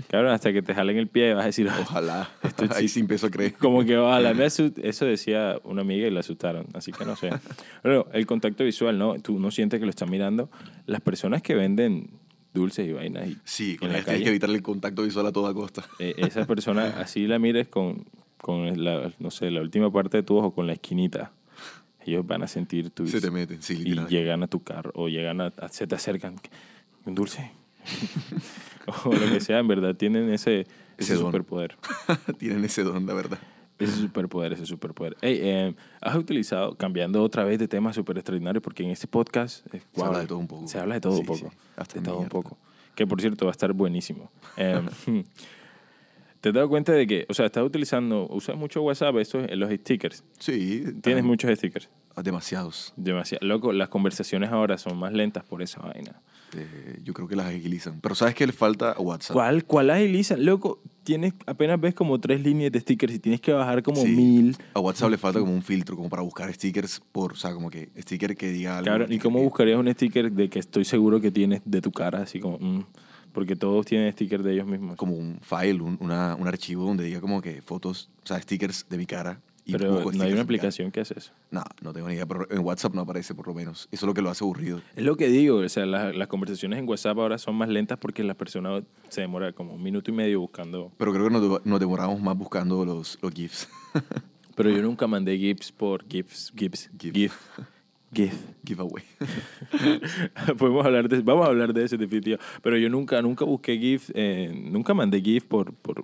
S1: Cabrón, hasta que te jalen el pie vas a decir, "Ah,
S5: Ojalá.
S1: Esto
S5: ahí
S1: sí-
S5: sí empiezo a creer.
S1: Como que ojalá me asu- Eso decía una amiga y la asustaron, así que no sé. Pero el contacto visual, ¿no? Tú no sientes que lo están mirando. Las personas que venden dulces y vainas y,
S5: Sí,
S1: en
S5: con
S1: la
S5: ellas tienes que
S1: calle,
S5: evitar el contacto visual a toda costa.
S1: eh, esa persona así la mires con, con la, no sé, la última parte de tu ojo, con la esquinita. Ellos van a sentir tu...
S5: Se te meten, sí,
S1: Y
S5: literal.
S1: llegan a tu carro o llegan a, a- se te acercan. Un dulce. o lo que sea, en verdad, tienen ese, ese
S5: Ese don.
S1: superpoder.
S5: Tienen ese don, la verdad.
S1: Ese superpoder, ese superpoder. Ey, eh, has utilizado, cambiando otra vez de tema súper extraordinario, porque en este podcast... eh,
S5: Se habla de todo un poco.
S1: Se habla de todo un
S5: Sí,
S1: poco.
S5: sí. Hasta
S1: de todo un
S5: mierda.
S1: poco. Que, por cierto, va a estar buenísimo. Em, ¿Te has dado cuenta de que, o sea, estás utilizando, usas mucho WhatsApp, eso es- los stickers?
S5: Sí.
S1: Tienes
S5: ah,
S1: muchos stickers.
S5: Demasiados.
S1: Demasiado. Loco, las conversaciones ahora son más lentas por esa vaina.
S5: Eh, yo creo que las agilizan. Pero ¿sabes qué le falta a WhatsApp?
S1: ¿Cuál, cuál agiliza? Loco, tienes, apenas ves como tres líneas de stickers y tienes que bajar como
S5: Sí,
S1: mil.
S5: A WhatsApp le falta como un filtro, como para buscar stickers por, o sea, como que sticker que diga algo. eh,
S1: Claro, ¿y
S5: sticker
S1: cómo
S5: que-
S1: buscarías un sticker de que estoy seguro que tienes de tu cara? Así como, mm, porque todos tienen sticker de ellos mismos.
S5: Como un file, un, una- un archivo donde diga como que fotos, o sea, stickers de mi cara. Y
S1: Pero
S5: busco
S1: no hay
S5: stickers
S1: una
S5: de mi cara.
S1: aplicación que hace eso.
S5: No, no tengo ni idea, pero en WhatsApp no aparece por lo menos. Eso es lo que lo hace aburrido.
S1: Es lo que digo, o sea, las, las conversaciones en WhatsApp ahora son más lentas porque la persona se demora como un minuto y medio buscando.
S5: Pero creo que nos, deba- nos demoramos más buscando los, los GIFs.
S1: Pero yo nunca mandé GIFs por GIFs, GIFs,
S5: Gif.
S1: GIF. GIF.
S5: Giveaway.
S1: Podemos hablar de, vamos a hablar de eso definitivo. Pero yo nunca, nunca busqué GIF, eh, nunca mandé GIF por, por,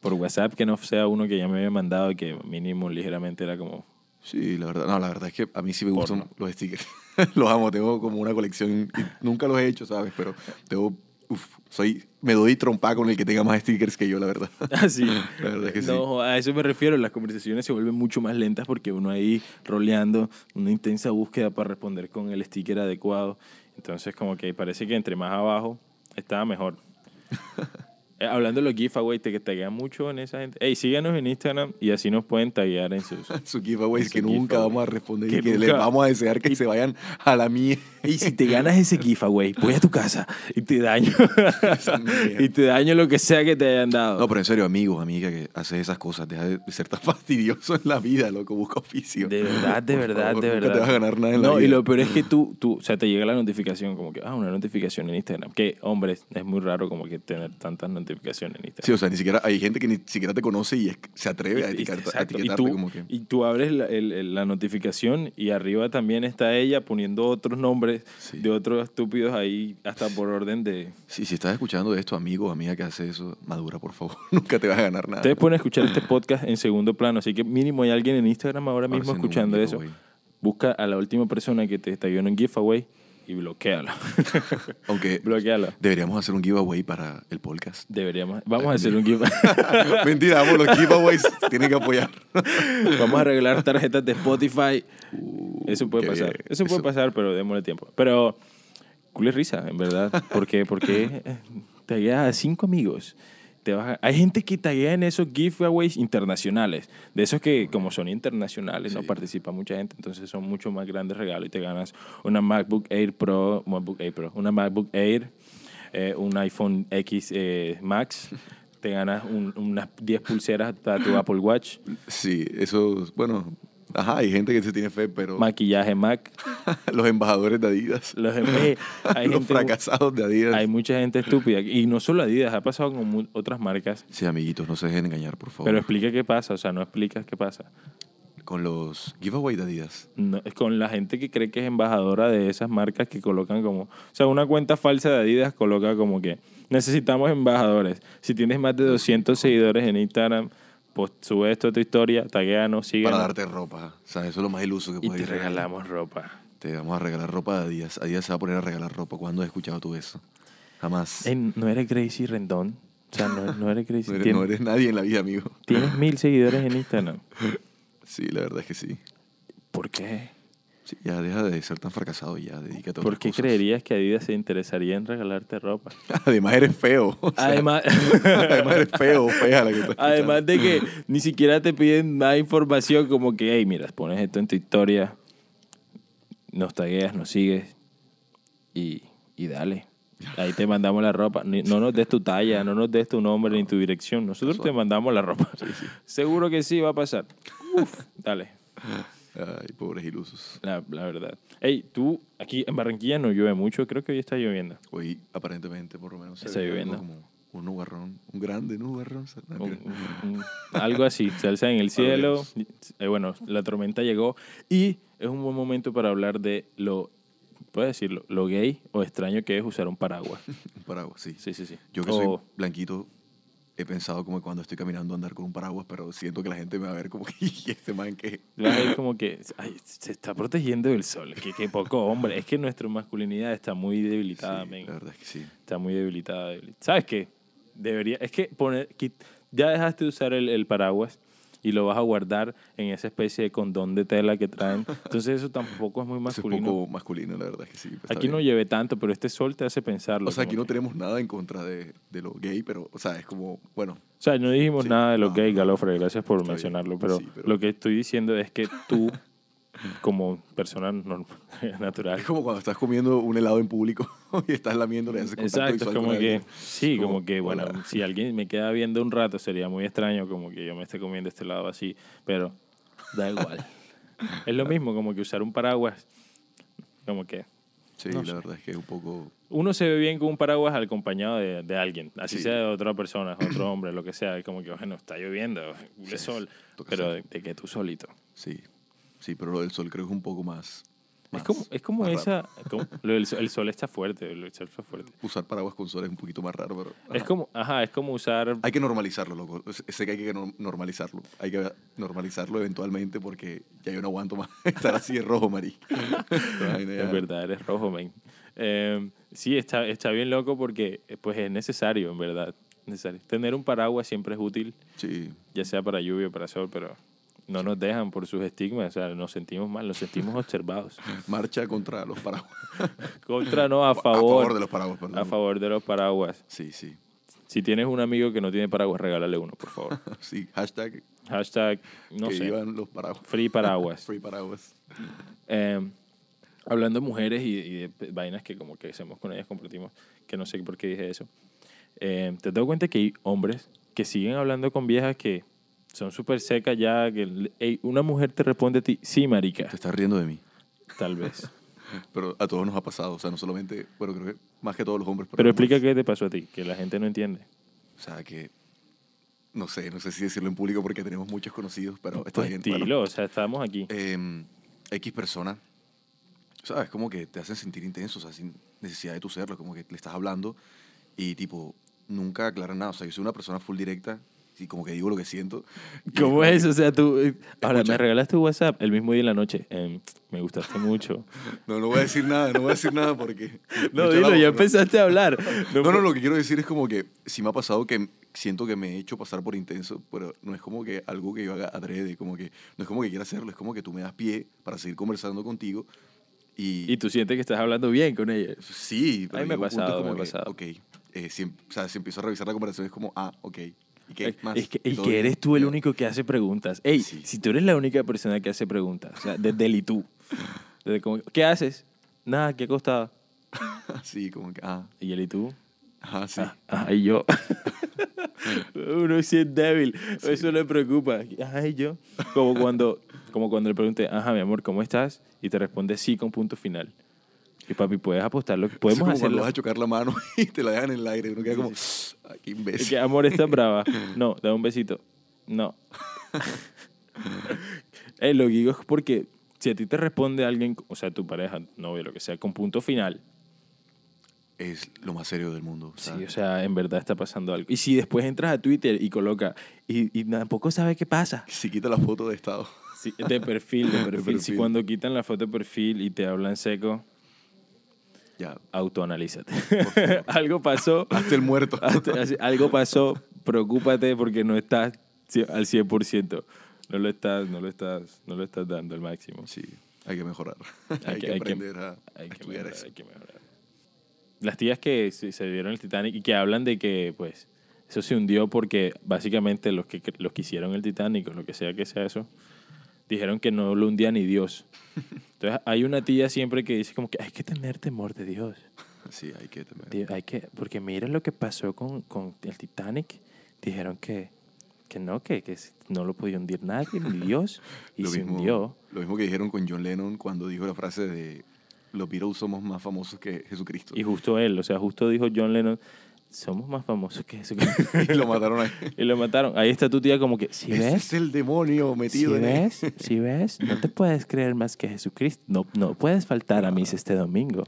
S1: por WhatsApp que no sea uno que ya me había mandado y que mínimo ligeramente era como
S5: Sí, la verdad. No, la verdad es que a mí sí me gustan
S1: Porno.
S5: los stickers. los amo, tengo como una colección. y nunca los he hecho, ¿sabes? Pero tengo. Uf, soy, me doy trompa con el que tenga más stickers que yo, la verdad.
S1: así.
S5: La verdad es que sí.
S1: no, a eso me refiero. Las conversaciones se vuelven mucho más lentas porque uno ahí roleando una intensa búsqueda para responder con el sticker adecuado. Entonces, como que parece que entre más abajo estaba mejor. Eh, hablando de los giveaways, te, que taguean mucho en esa gente. Ey, síganos en Instagram y así nos pueden taguear en sus...
S5: Su giveaway
S1: Su
S5: que nunca
S1: giveaway.
S5: vamos a responder y
S1: Que
S5: que les
S1: nunca-
S5: vamos a desear que se vayan a la mierda.
S1: Y si te ganas ese giveaway, voy a tu casa y te daño.
S5: mierda.
S1: y te daño lo que sea que te hayan dado.
S5: No, pero en serio, amigos, amiga, que haces esas cosas, deja de ser tan fastidioso en la vida, loco, busca oficio.
S1: De verdad, de
S5: Por
S1: verdad,
S5: favor,
S1: de
S5: nunca
S1: verdad.
S5: te vas a ganar nada en la
S1: No, y
S5: vida.
S1: lo peor es que tú, tú, o sea, te llega la notificación como que, ah, una notificación en Instagram. Que, hombre, es muy raro como que tener tantas notificaciones en Instagram.
S5: Sí, o sea, ni siquiera hay gente que ni siquiera te conoce y es- se atreve a
S1: Y- y-
S5: etiquetarte, a
S1: exacto. Y
S5: etiquetarte
S1: tú,
S5: como que.
S1: y tú abres la, el- el- la notificación y arriba también está ella poniendo otros nombres
S5: Sí.
S1: de otros estúpidos ahí hasta por orden de...
S5: Sí, si estás escuchando esto, amigo, amiga que hace eso, madura, por favor, nunca te vas a ganar nada.
S1: Ustedes pueden escuchar este podcast en segundo plano, así que mínimo hay alguien en Instagram ahora
S5: Ahora
S1: mismo
S5: haciendo un
S1: escuchando eso.
S5: giveaway.
S1: Busca a la última persona que te estalló en un giveaway y bloqueala.
S5: Aunque
S1: bloqueala.
S5: deberíamos hacer un giveaway para el podcast.
S1: Deberíamos. Vamos a hacer un giveaway.
S5: Mentira, vamos, los giveaways tienen que apoyar.
S1: Vamos a regalar tarjetas de Spotify. Eso puede
S5: Uh, qué
S1: pasar.
S5: bien.
S1: Eso puede
S5: Eso.
S1: pasar, pero démosle tiempo. Pero cool es risa, en verdad. Porque, porque tagueas a cinco amigos. Te vas a- Hay gente que taguea en esos giveaways internacionales. De esos que, como son internacionales, no participa mucha gente, entonces son mucho más grandes regalos y te ganas una MacBook Air Pro, MacBook Air Pro, una MacBook Air, eh, un iPhone X eh, Max, te ganas un- unas 10 pulseras para tu Apple Watch.
S5: Sí, eso, bueno, ajá, hay gente que se tiene fe, pero
S1: maquillaje Mac.
S5: los embajadores de Adidas,
S1: Los, eh, hay,
S5: los
S1: gente-
S5: fracasados de Adidas.
S1: hay mucha gente estúpida. Y no solo Adidas, ha pasado con mu- otras marcas.
S5: Sí, amiguitos, no se dejen engañar, por favor.
S1: Pero explica qué pasa, o sea, no explicas qué pasa.
S5: Con los giveaways de Adidas.
S1: No, es con la gente que cree que es embajadora de esas marcas que colocan como... O sea, una cuenta falsa de Adidas coloca como que necesitamos embajadores. Si tienes más de 200 seguidores en Instagram, pues sube esto a tu historia, tagueanos, síguenos.
S5: Para darte ropa. O sea, eso es lo más iluso que
S1: y
S5: puedes
S1: te
S5: regalar.
S1: regalamos ropa.
S5: Te vamos a regalar ropa de Adidas. Adidas se va a poner a regalar ropa. ¿Cuándo has escuchado tú eso? Jamás.
S1: Ey, no eres Gracie Rendón. O sea, no, no eres Gracie.
S5: no, eres,
S1: Tien-
S5: no eres nadie en la vida, amigo.
S1: tienes mil seguidores en Instagram.
S5: Sí, la verdad es que sí.
S1: ¿Por qué?
S5: Sí, ya deja de ser tan fracasado y ya, dedícate a
S1: ¿Por
S5: otras
S1: qué
S5: cosas.
S1: creerías que Adidas se interesaría en regalarte ropa?
S5: Además eres feo. o sea,
S1: Además,
S5: además eres feo, fea la que estás
S1: además de que ni siquiera te piden más información como que, hey, mira, pones esto en tu historia, nos tagueas, nos sigues y, y dale. Ahí te mandamos la ropa. Ni- No nos des tu talla, no nos des tu nombre ni tu dirección. Nosotros te mandamos la ropa. Seguro que sí, va a pasar. Uf, dale.
S5: escuchando. Ay, pobres ilusos.
S1: La, la verdad. Hey, tú, aquí en Barranquilla no llueve mucho. Creo que hoy está lloviendo.
S5: Hoy, aparentemente, por lo menos, se
S1: Está
S5: ve algo
S1: lloviendo.
S5: como un nubarrón, un grande nubarrón. se- no,
S1: Un-
S5: mentira.
S1: un- un- algo así, salsa en el cielo. Eh, bueno, la tormenta llegó y es un buen momento para hablar de lo, puedes decirlo, lo gay o extraño que es usar un paraguas.
S5: Un paraguas, sí.
S1: Sí, sí, sí. Oh.
S5: Yo que
S1: O-
S5: soy blanquito, he pensado como cuando estoy caminando andar con un paraguas, pero siento que la gente me va a ver como que "Y este man que...
S1: la gay como que ay, se está protegiendo del sol. Que, que poco hombre. Es que nuestra masculinidad está muy debilitada, men.
S5: la verdad es que sí.
S1: Está muy debilitada. debili- ¿Sabes qué? Debería, es que poner, quit- ya dejaste de usar el, el paraguas y lo vas a guardar en esa especie de condón de tela que traen. Entonces eso tampoco es muy
S5: Es un
S1: masculino.
S5: poco masculino, la verdad es que sí. pero está
S1: Aquí no
S5: bien.
S1: lleve tanto, pero este sol te hace pensarlo.
S5: O sea,
S1: como
S5: aquí no
S1: que-
S5: tenemos nada en contra de, de lo gay, pero, o sea, es como, bueno,
S1: O sea, no dijimos
S5: Sí,
S1: nada de lo
S5: no,
S1: gay,
S5: no.
S1: Galofre, gracias por
S5: Está bien,
S1: mencionarlo, pero,
S5: sí, pero-
S1: lo que estoy diciendo es que tú, como persona norm- natural,
S5: es como cuando estás comiendo un helado en público y estás lamiendo, le haces contacto
S1: exacto, es
S5: visual
S1: como
S5: con
S1: que,
S5: alguien.
S1: sí,
S5: Como,
S1: como que, bueno,
S5: hola.
S1: si alguien me queda viendo un rato sería muy extraño como que yo me esté comiendo este lado así, pero da igual. es lo mismo como que usar un paraguas, como que
S5: Sí,
S1: no
S5: la
S1: sé.
S5: verdad es que es un poco...
S1: uno se ve bien con un paraguas acompañado de, de alguien, así
S5: Sí.
S1: sea de otra persona, otro hombre, lo que sea, como que, bueno, está lloviendo, de sol,
S5: toca
S1: pero de,
S5: hacer.
S1: de que tú solito.
S5: Sí, sí, pero lo del sol creo que es un poco más...
S1: Es
S5: más-
S1: como, es como
S5: más raro.
S1: esa, como- lo del sol- el, sol está fuerte, el sol está fuerte.
S5: Usar paraguas con sol es un poquito más raro, pero...
S1: Es como, ajá, es como usar,
S5: Hay que normalizarlo, loco. Sé- Sé que hay que no- normalizarlo. Hay que normalizarlo eventualmente porque ya yo no aguanto más estar así de rojo, Mari.
S1: es verdad, eres rojo, men. Eh, sí, está, está bien loco porque eh, pues es necesario, en verdad, necesario. Tener un paraguas siempre es útil,
S5: Sí.
S1: ya sea para lluvia o para sol, pero no nos dejan por sus estigmas, o sea, nos sentimos mal, nos sentimos observados.
S5: Marcha contra los paraguas.
S1: Contra no, a
S5: A
S1: favor.
S5: favor de los paraguas, perdón.
S1: a favor de los paraguas.
S5: Sí, sí.
S1: Si tienes un amigo que no tiene paraguas, regálale uno, por favor.
S5: Sí, hashtag
S1: Hashtag, no
S5: que
S1: sé.
S5: vivan los paraguas.
S1: Free paraguas.
S5: Free paraguas.
S1: Eh, hablando de mujeres y, y de vainas que como que hacemos con ellas, compartimos, que no sé por qué dije eso. Eh, te doy cuenta que hay hombres que siguen hablando con viejas que son súper secas ya, que le- ey, una mujer te responde a ti, sí, marica,
S5: Te estás riendo de mí.
S1: tal vez.
S5: Pero a todos nos ha pasado. O sea, no solamente, bueno, creo que más que todos los hombres.
S1: Pero
S5: los hombres.
S1: explica qué te pasó a ti, que la gente no entiende.
S5: O sea, que no sé, no sé si decirlo en público porque tenemos muchos conocidos, pero está
S1: Pues
S5: bien.
S1: dilo,
S5: bueno.
S1: o sea, estamos aquí.
S5: Em, X persona, ¿sabes? Como que te hacen sentir intenso, o sea, sin necesidad de tu serlo, como que le estás hablando y tipo, nunca aclaran nada. O sea, yo soy una persona full directa y como que digo lo que siento. y
S1: ¿Cómo
S5: como
S1: es? O sea, tú... eh, Ahora,
S5: Escucha.
S1: me regalas tu WhatsApp el mismo día en la noche. Em, me gustaste mucho.
S5: No, no voy a decir nada, no voy a decir nada porque...
S1: No,
S5: me echó la
S1: dilo, ya
S5: boca.
S1: empezaste a hablar. pues,
S5: No, no,
S1: fue-
S5: lo que quiero decir es como que sí me ha pasado que siento que me he hecho pasar por intenso, pero no es como que algo que yo haga adrede, como que no es como que quiera hacerlo, es como que tú me das pie para seguir conversando contigo y,
S1: Y tú sientes que estás hablando bien con ella.
S5: sí, pero
S1: A mí me ha
S5: llega un punto
S1: pasado,
S5: como
S1: me ha
S5: que,
S1: pasado.
S5: Ok, eh, si, em- o sea, si empiezo a revisar la conversación es como, ah, ok. ¿Y qué
S1: Eh,
S5: más?
S1: Es que,
S5: ¿Y
S1: el
S5: todo
S1: que
S5: bien?
S1: eres tú el único que hace preguntas. Ey,
S5: Sí.
S1: si tú eres la única persona que hace preguntas, o sea, desde el y tú. Desde como, ¿Qué haces? Nada, ¿qué costaba?
S5: Sí, como que, ah,
S1: Y el y tú.
S5: ajá, sí.
S1: Ah, Ay, yo. Uno sí es débil. Eso le preocupa. Ay, yo. Como cuando, como cuando le pregunté, ajá, mi amor, ¿cómo estás? Y te responde sí con punto final. Y papi, puedes apostarlo.
S5: Podemos
S1: Podemos hacerlo.
S5: vas a chocar la mano y te la dejan en el aire. Uno queda como, ay, qué
S1: Y
S5: imbécil.
S1: que, amor, estás brava. No, da un besito. No. Eh, lo que digo es porque si a ti te responde alguien, o sea, tu pareja, novio, lo que sea, con punto final,
S5: Es lo más serio del mundo. o sea,
S1: sí, o sea, en verdad está pasando algo. Y si después entras a Twitter y coloca, y, y tampoco sabes qué pasa,
S5: si quita la foto de estado.
S1: Sí, de perfil, de perfil. Si
S5: perfil.
S1: cuando quitan la foto de perfil y te hablan seco,
S5: Ya,
S1: autoanalízate. algo pasó,
S5: Hasta el muerto.
S1: Hazte- Ah, así, algo pasó, preocúpate porque no estás cie- al 100%. No lo estás, no lo estás, no lo estás dando al máximo.
S5: Sí, hay que mejorar. Hay, que, aprender a,
S1: hay
S5: a
S1: que
S5: estudiar
S1: mejorar,
S5: eso.
S1: hay que mejorar. Las tías que se se vieron el Titanic y que hablan de que, pues, eso se hundió porque básicamente los que, cre- los que hicieron el Titanic o lo que sea que sea eso, dijeron que no lo hundía ni Dios. Entonces hay una tía siempre que dice como que hay que tener temor de Dios.
S5: Sí, hay que temer.
S1: Di- hay que, porque mira lo que pasó con, con el Titanic. Dijeron que, que no, que, que s- no lo podía hundir nadie, ni Dios, y se hundió.
S5: lo mismo que dijeron con John Lennon cuando dijo la frase de los Beatles somos más famosos que Jesucristo.
S1: Y justo él, o sea, justo dijo John Lennon, somos más famosos que eso.
S5: Y lo mataron ahí.
S1: y lo mataron. Ahí está tu tía como que, si
S5: Ese es
S1: ves,
S5: el demonio
S1: si
S5: metido en él.
S1: ves, si ves, no te puedes creer más que Jesucristo. No, no puedes faltar a misa este domingo.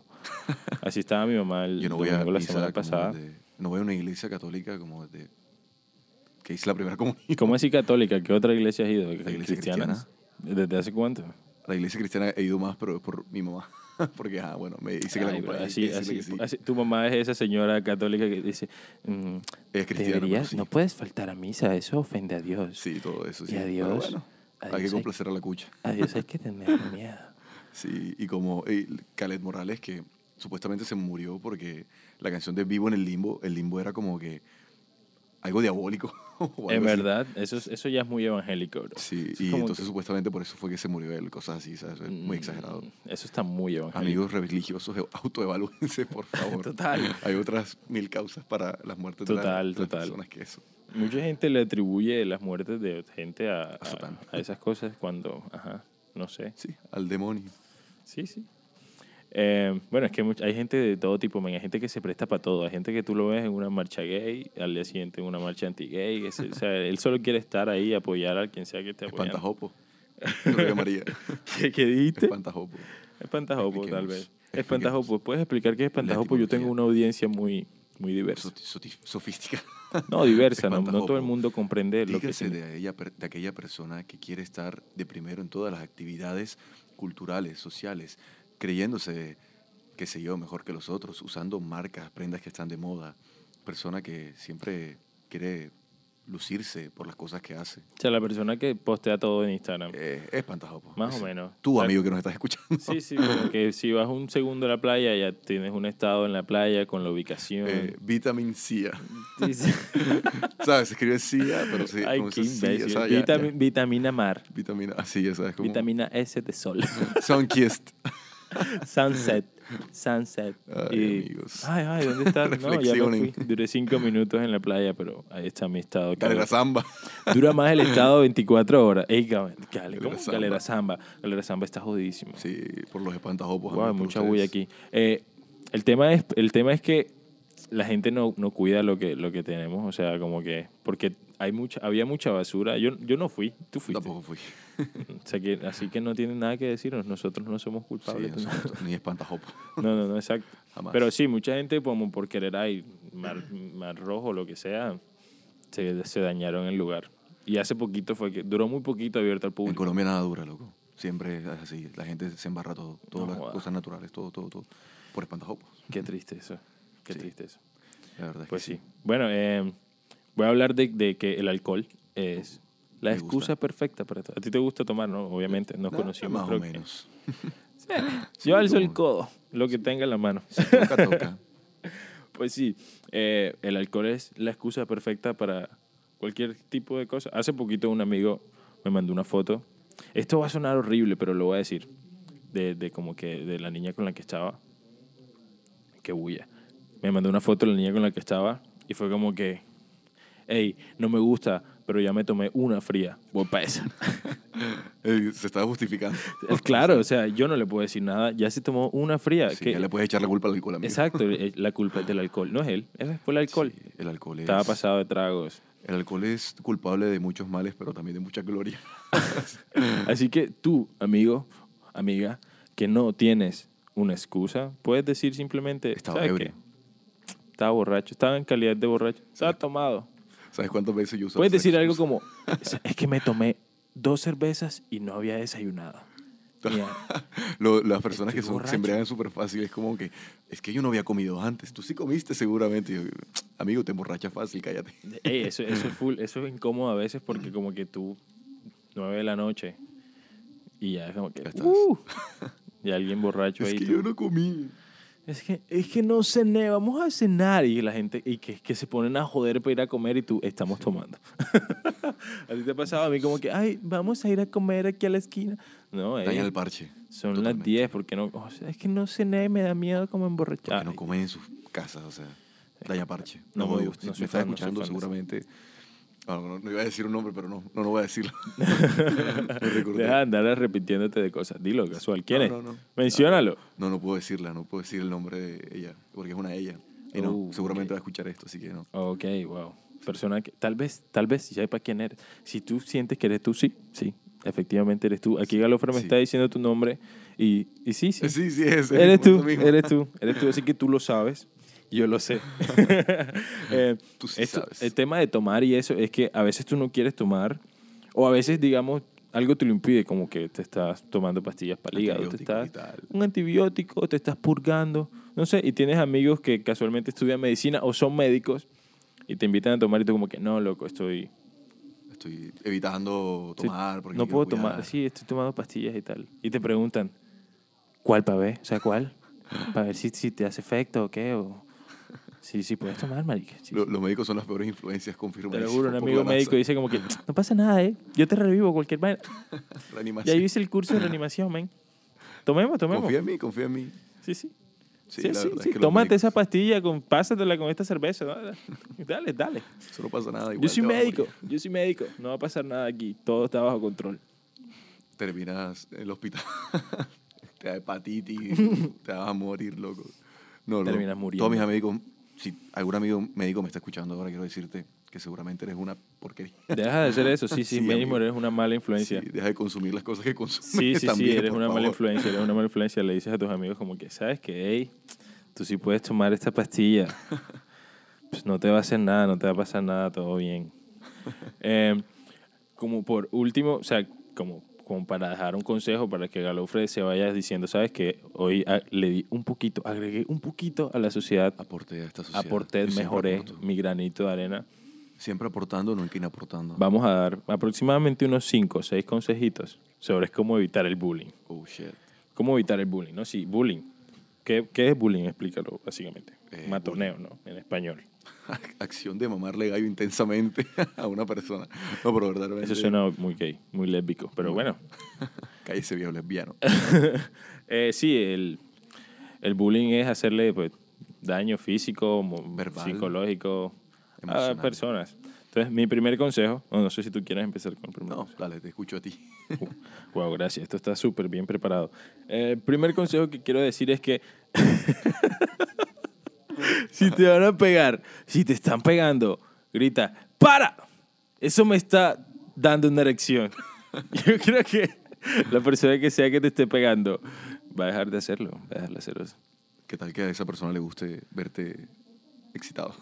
S1: Así estaba mi mamá el
S5: Yo no voy a
S1: domingo la
S5: misa
S1: semana
S5: como
S1: pasada.
S5: desde- no voy a una iglesia católica como de que hice la primera comunión.
S1: ¿Cómo así católica? ¿Qué otra iglesia has ido?
S5: iglesia
S1: ¿Cristianas? ¿Desde hace cuánto?
S5: La iglesia cristiana he ido más, pero es por mi mamá. Porque, ah, bueno, me dice que la
S1: Ay, bro,
S5: acompañe. hay que
S1: así,
S5: decirle
S1: así,
S5: que sí.
S1: así- tu mamá es esa señora católica que dice, mm,
S5: Es cristiana,
S1: deberías-
S5: pero sí.
S1: no puedes faltar a misa, eso ofende a Dios.
S5: Sí, todo eso.
S1: Y
S5: Sí.
S1: a
S5: Pero
S1: Dios,
S5: bueno,
S1: a
S5: hay que
S1: Dios hay-
S5: complacer a la cucha.
S1: A Dios hay que tener miedo.
S5: Sí, y como eh, Khaled Morales, que supuestamente se murió porque la canción de Vivo en el Limbo, el limbo era como que algo diabólico. o
S1: En
S5: algo así.
S1: verdad, eso, es- eso ya es muy evangélico, bro.
S5: Sí,
S1: Eso es
S5: y
S1: como Mm,
S5: entonces supuestamente por eso fue que se murió él, cosas así, ¿sabes? Es Muy exagerado.
S1: que- eso está muy evangélico.
S5: Amigos religiosos, e- autoevalúense, por favor.
S1: Total.
S5: Hay otras mil causas para las muertes de, la-
S1: Total,
S5: de las
S1: total.
S5: personas que eso.
S1: Mucha gente le atribuye las muertes de gente a, a-
S5: Satán.
S1: a esas cosas cuando, ajá, no sé.
S5: Sí, al demonio.
S1: Sí, sí. Eh, bueno, es que much- hay gente de todo tipo, man. hay gente que se presta para todo. Hay gente que tú lo ves en una marcha gay, al día siguiente en una marcha anti-gay. ese- o sea, él solo quiere estar ahí, apoyar a quien sea que esté apoyando.
S5: Espantajopo. Yo lo llamaría.
S1: ¿Qué, qué dijiste?
S5: Espantajopo.
S1: Espantajopo, tal
S5: Expliquemos.
S1: vez.
S5: Expliquemos.
S1: Espantajopo. ¿Puedes explicar qué es espantajopo? Yo tengo
S5: etimología.
S1: una audiencia muy, muy diversa.
S5: Soti- soti- Sofisticado.
S1: No, diversa, no, no
S5: Espantajopo.
S1: todo el mundo comprende lo que
S5: Dígase
S1: significa.
S5: de, ella, per- de aquella persona que quiere estar de primero en todas las actividades culturales, sociales, creyéndose, qué sé yo, mejor que los otros, usando marcas, prendas que están de moda. Persona que siempre quiere lucirse por las cosas que hace.
S1: O sea, la persona que postea todo en Instagram.
S5: Eh, es pantajopo.
S1: Más o
S5: Es
S1: menos.
S5: Tú,
S1: O sea,
S5: amigo que nos estás escuchando.
S1: Sí, sí, como que si vas un segundo a la playa, ya tienes un estado en la playa con la ubicación.
S5: Eh, vitamin C.
S1: Sí, sí.
S5: ¿Sabes? Se escribe CIA, pero sí.
S1: Ay,
S5: como
S1: qué
S5: ese CIA,
S1: imbécil.
S5: ¿sabes? Ya, ya.
S1: Vitami- Vitamina mar.
S5: Vitamina, así, ya sabes. Como
S1: Vitamina S de sol.
S5: Sunkissed.
S1: sunset. Sunset.
S5: Ay, amigos.
S1: Ay, ay, ¿dónde estás? no, ya me fui.
S5: Reflexionen.
S1: Duré cinco minutos en la playa, pero ahí está mi estado.
S5: Calera Zamba.
S1: Dura más el estado 24 horas. Ey, gal- gal- ¿cómo?
S5: Galera Samba.
S1: Galera Samba. Galera Samba está jodidísimo.
S5: Sí, por los espantajopos.
S1: Wow, hay
S5: amigos,
S1: mucha
S5: por ustedes.
S1: bulla aquí. Eh, el, tema es, el tema es que la gente no, no cuida lo que, lo que tenemos. O sea, como que. Porque hay mucha, había mucha basura. Yo, yo no fui, tú fuiste.
S5: Tampoco fui.
S1: O sea que- así que no tienen nada que decirnos. Nosotros no somos
S5: Sí,
S1: culpables.
S5: no soy tonto, ni espantajopo.
S1: No, no, no, exacto.
S5: Jamás.
S1: Pero sí, mucha gente, como por querer, ay, mar, mar rojo, lo que sea, se, se dañaron el lugar. Y hace poquito fue que duró muy poquito abierto al
S5: En
S1: público.
S5: Colombia nada dura, loco. Siempre es así. La gente se embarra todo. Todas
S1: No
S5: las
S1: joda.
S5: cosas naturales, todo, todo, todo. Por espantajopos.
S1: Qué triste eso. Qué triste eso.
S5: La verdad es
S1: Pues
S5: que
S1: sí. Bueno, eh, voy a hablar de, de que el alcohol es la
S5: Me gusta.
S1: excusa perfecta para todo. A ti te gusta tomar, ¿no? Obviamente, nos
S5: Nah,
S1: conocimos.
S5: Más o
S1: creo que-
S5: menos.
S1: Yo alzo el
S5: como-
S1: codo, lo que tenga en la mano.
S5: Toca, toca.
S1: Pues sí, eh, el alcohol es la excusa perfecta para cualquier tipo de cosa. Hace poquito un amigo me mandó una foto. Esto va a sonar horrible, pero lo voy a decir. De, de como que de la niña con la que estaba. Qué bulla. Me mandó una foto de la niña con la que estaba y fue como que, hey, no me gusta, pero ya me tomé una fría. Voy para esa.
S5: Ey, se estaba justificando.
S1: claro, o sea, yo no le puedo decir nada. Ya se tomó una fría.
S5: Sí,
S1: que-
S5: ya le puedes echar la culpa al alcohol, amigo.
S1: Exacto, eh, la culpa es del alcohol. No es él, es- fue el alcohol.
S5: Sí, el alcohol es...
S1: Estaba pasado de tragos.
S5: El alcohol es culpable de muchos males, pero también de mucha gloria.
S1: Así que tú, amigo, amiga, que no tienes una excusa, puedes decir simplemente...
S5: Estaba
S1: "¿Sabes
S5: ebrio".
S1: qué? Estaba borracho, estaba en calidad de borracho, estaba tomado.
S5: ¿Sabes cuántas veces yo uso
S1: Puedes
S5: esa
S1: decir algo
S5: excusa?
S1: como, "Es- es que me tomé dos cervezas y no había desayunado. Ya.
S5: Lo- las personas que
S1: Estoy
S5: son, se
S1: borracho.
S5: embriagan súper fácil es como que, es que yo no había comido antes. Tú sí comiste seguramente. Y yo, amigo, te emborrachas fácil, cállate.
S1: Ey, eso, eso es full, eso es incómodo a veces porque como que tú, nueve de la noche, y ya es como que...
S5: Ya estás.
S1: "Uh", y alguien borracho
S5: Es
S1: ahí.
S5: que
S1: tú,
S5: yo no comí.
S1: Es que, es que no cené, vamos a cenar. Y la gente, y que, que se ponen a joder para ir a comer y tú, estamos tomando. a ti te ha pasado a mí como que, ay, vamos a ir a comer aquí a la esquina. No, eh,
S5: Dañan el parche.
S1: son las
S5: totalmente.
S1: 10, porque no, o sea, es que no cené, me da miedo como
S5: Porque
S1: emborrachar.
S5: no comen en sus casas, o sea, daña parche.
S1: no
S5: No,
S1: me
S5: odio.
S1: gusta,
S5: Si
S1: no soy
S5: me estás
S1: fan, no soy fan
S5: escuchando
S1: de eso.
S5: seguramente... Ah, no, no, no iba a decir un nombre, pero no, no lo voy a decirlo. Me recordé.
S1: Deja de andar repitiéndote de cosas. Dilo, casual. ¿Quién
S5: No,
S1: es?
S5: no, no.
S1: Menciónalo.
S5: No, no puedo decirla, no puedo decir el nombre de ella, porque es una ella. Y no,
S1: Uh,
S5: seguramente
S1: ok.
S5: va a escuchar esto, así que no.
S1: Ok, wow. Persona que tal vez, tal vez sepa quién eres. Si tú sientes que eres tú, sí, sí. Efectivamente eres tú. Aquí Galofre me
S5: sí.
S1: está diciendo tu nombre y, y sí, sí.
S5: Eh, Sí, sí,
S1: Eres
S5: es. es mismo, es
S1: tú,
S5: lo mismo.
S1: eres tú, eres tú. Así que tú lo sabes. Yo lo sé. Eh,
S5: Tú sí
S1: esto-
S5: sabes.
S1: El tema de tomar y eso es que a veces tú no quieres tomar o a veces, digamos, algo te lo impide, como que te estás tomando pastillas para el hígado, te
S5: Antibiótico
S1: estás
S5: y tal.
S1: un antibiótico, te estás purgando, no sé, y tienes amigos que casualmente estudian medicina o son médicos y te invitan a tomar y tú como que, no, loco, estoy...
S5: Estoy evitando
S1: estoy-
S5: tomar. Porque
S1: no
S5: me quiero
S1: puedo tomar,
S5: cuidar.
S1: sí, estoy tomando pastillas y tal. Y te preguntan, ¿cuál para ver? O sea, ¿cuál? Para ver si, si te hace efecto o qué, o... Sí, sí, puedes tomar, marica. sí,
S5: Lo-
S1: sí.
S5: los médicos son las peores influencias, confirma.
S1: Te lo juro, un amigo médico dice como que, no pasa nada, ¿eh? Yo te revivo cualquier manera.
S5: Ah,
S1: Y ahí hice el curso de reanimación, men. Tomemos, tomemos.
S5: Confía en mí, confía en mí.
S1: Sí, sí.
S5: Sí,
S1: Sí,
S5: la
S1: sí,
S5: verdad es
S1: sí.
S5: que los
S1: Tómate
S5: médicos-
S1: esa pastilla, con, pásatela con esta cerveza. ¿no? Dale, dale.
S5: Eso no pasa nada.
S1: Yo
S5: igual
S1: soy
S5: te vas a
S1: médico,
S5: morir.
S1: yo soy médico. No va a pasar nada aquí. Todo está bajo control.
S5: Terminas en el hospital. te da hepatitis. te vas a morir, loco. No, no.
S1: Terminas muriendo.
S5: Todos mis amigos, si algún amigo médico me está escuchando ahora, quiero decirte que seguramente eres una porquería.
S1: Deja de hacer eso. Sí, sí,
S5: Sí,
S1: mínimo
S5: amigo.
S1: eres una mala influencia.
S5: Sí, deja de consumir las cosas que consumes.
S1: Sí, sí, sí,
S5: también,
S1: eres
S5: por
S1: una mala
S5: favor.
S1: influencia, eres una mala influencia. Le dices a tus amigos como que, ¿sabes qué? Ey, tú sí puedes tomar esta pastilla. Pues no te va a hacer nada, no te va a pasar nada, todo bien. Eh, como por último, o sea, como, como para dejar un consejo para que Galofre se vaya diciendo, ¿sabes qué? Hoy ah, le di un poquito, agregué un poquito a la sociedad,
S5: Aporte a esta sociedad.
S1: aporté,
S5: Yo siempre
S1: mejoré
S5: aporto.
S1: mi granito de arena.
S5: Siempre aportando, nunca inaportando.
S1: Vamos a dar aproximadamente unos 5 o 6 consejitos sobre cómo evitar el bullying.
S5: Oh, shit.
S1: ¿Cómo evitar el bullying? No, sí, bullying. ¿Qué, qué es bullying? Explícalo, básicamente.
S5: Eh,
S1: Matoneo, ¿no? En español.
S5: Acción de mamarle gallo intensamente a una persona. No, pero verdaderamente.
S1: Eso suena muy gay, muy lésbico, pero bueno.
S5: Cállese viejo lesbiano.
S1: Eh, sí, el, el bullying es hacerle pues, daño físico, mo-
S5: Verbal.
S1: psicológico a
S5: Emocional.
S1: personas. Entonces, mi primer consejo, o no sé si tú quieres empezar con el primer
S5: No,
S1: consejo.
S5: dale, te escucho a ti.
S1: Wow, gracias. Esto está súper bien preparado. El primer consejo que quiero decir es que si te van a pegar, si te están pegando, grita, ¡para! Eso me está dando una erección. Yo creo que la persona que sea que te esté pegando va a dejar de hacerlo, va a dejar de hacerlo.
S5: ¿Qué tal que a esa persona le guste verte excitado?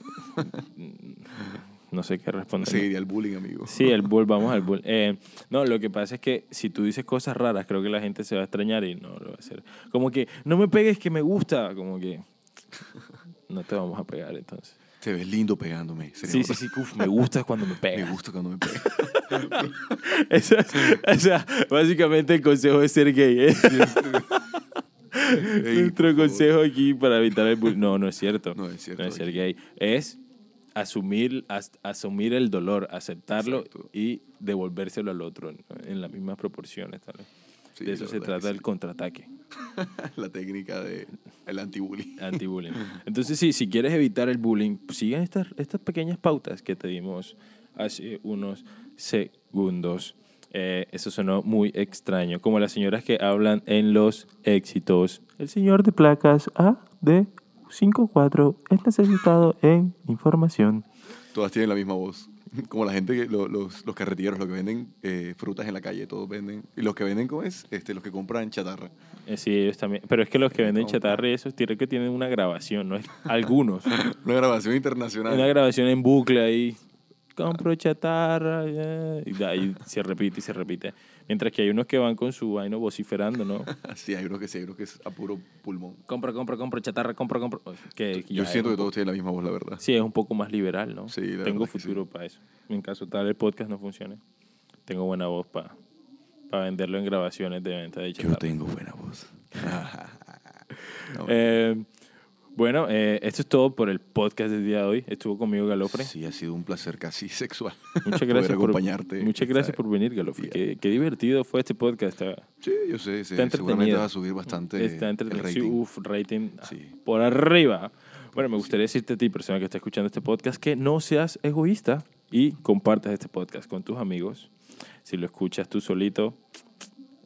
S1: No sé qué responder.
S5: Seguiría el bullying, amigo.
S1: Sí, el bull, vamos al bull. Eh, no, lo que pasa es que si tú dices cosas raras, creo que la gente se va a extrañar y no lo va a hacer. Como que, no me pegues que me gusta, como que no te vamos a pegar entonces.
S5: Te ves lindo pegándome.
S1: Sí,
S5: sería
S1: sí,
S5: otro.
S1: sí, uf, me gusta cuando me
S5: Me
S1: pegas.
S5: gusta cuando me pegas.
S1: Eso es- o sea, básicamente el consejo es ser gay. ¿eh?
S5: Ey,
S1: Nuestro
S5: por favor.
S1: consejo aquí para evitar el bullying. No, no es cierto.
S5: No es cierto.
S1: No es ser gay. Es asumir, as- asumir el dolor, aceptarlo
S5: Exacto.
S1: y devolvérselo al otro en, en las mismas proporciones. tal vez.
S5: Sí,
S1: de eso
S5: la
S1: se
S5: verdad
S1: trata
S5: que
S1: el contraataque
S5: La técnica de el anti-bullying.
S1: Ah. anti-bullying. Entonces, sí, si quieres evitar el bullying, sigan estas, estas pequeñas pautas que te dimos hace unos segundos. Eh, eso sonó muy extraño. Como las señoras que hablan en los éxitos. El señor de placas AD54 es necesitado en información.
S5: Todas tienen la misma voz. Como la gente, que, lo- los, los carretilleros, los que venden eh, frutas en la calle, todos venden. Y los que venden, ¿cómo es? Este, los que compran chatarra.
S1: Eh, sí, ellos también. Pero es que los que venden chatarra y esos tienen que tienen una grabación, ¿no? es Algunos.
S5: Una grabación internacional.
S1: Una grabación en bucle ahí. Compro chatarra. ya, Y de ahí se repite y se repite. Mientras que hay unos que van con su vaino vociferando, ¿no?
S5: Sí, hay unos que sí, hay unos que es a puro pulmón.
S1: Compra, compra, compra chatarra, compra, compra. Uy, que- que
S5: Yo
S1: ya
S5: siento
S1: es
S5: que
S1: un
S5: todos tienen la misma voz, la verdad.
S1: poco- Sí, es un poco más liberal, ¿no?
S5: Sí, la
S1: Tengo
S5: verdad que sí.
S1: futuro para eso. En caso tal el podcast no funcione, tengo buena voz para venderlo en grabaciones de venta de chatarra.
S5: tengo buena voz.
S1: Eh, bueno, eh, esto es todo por el podcast del día de hoy. Estuvo conmigo Galofre.
S5: Sí, ha sido un placer casi sexual.
S1: Muchas
S5: poder
S1: gracias por
S5: acompañarte.
S1: Muchas gracias por venir, Galofre.
S5: día.
S1: Qué, qué divertido fue este podcast. Está,
S5: Sí, yo sé, sé,
S1: está
S5: seguramente
S1: entretenido.
S5: vas a subir bastante
S1: Está entretenido.
S5: el
S1: Sí,
S5: rating.
S1: uf, rating ah,
S5: Sí.
S1: por arriba. Bueno, me gustaría decirte a ti, persona que está escuchando este podcast, que no seas egoísta y compartas este podcast con tus amigos. Si lo escuchas tú solito,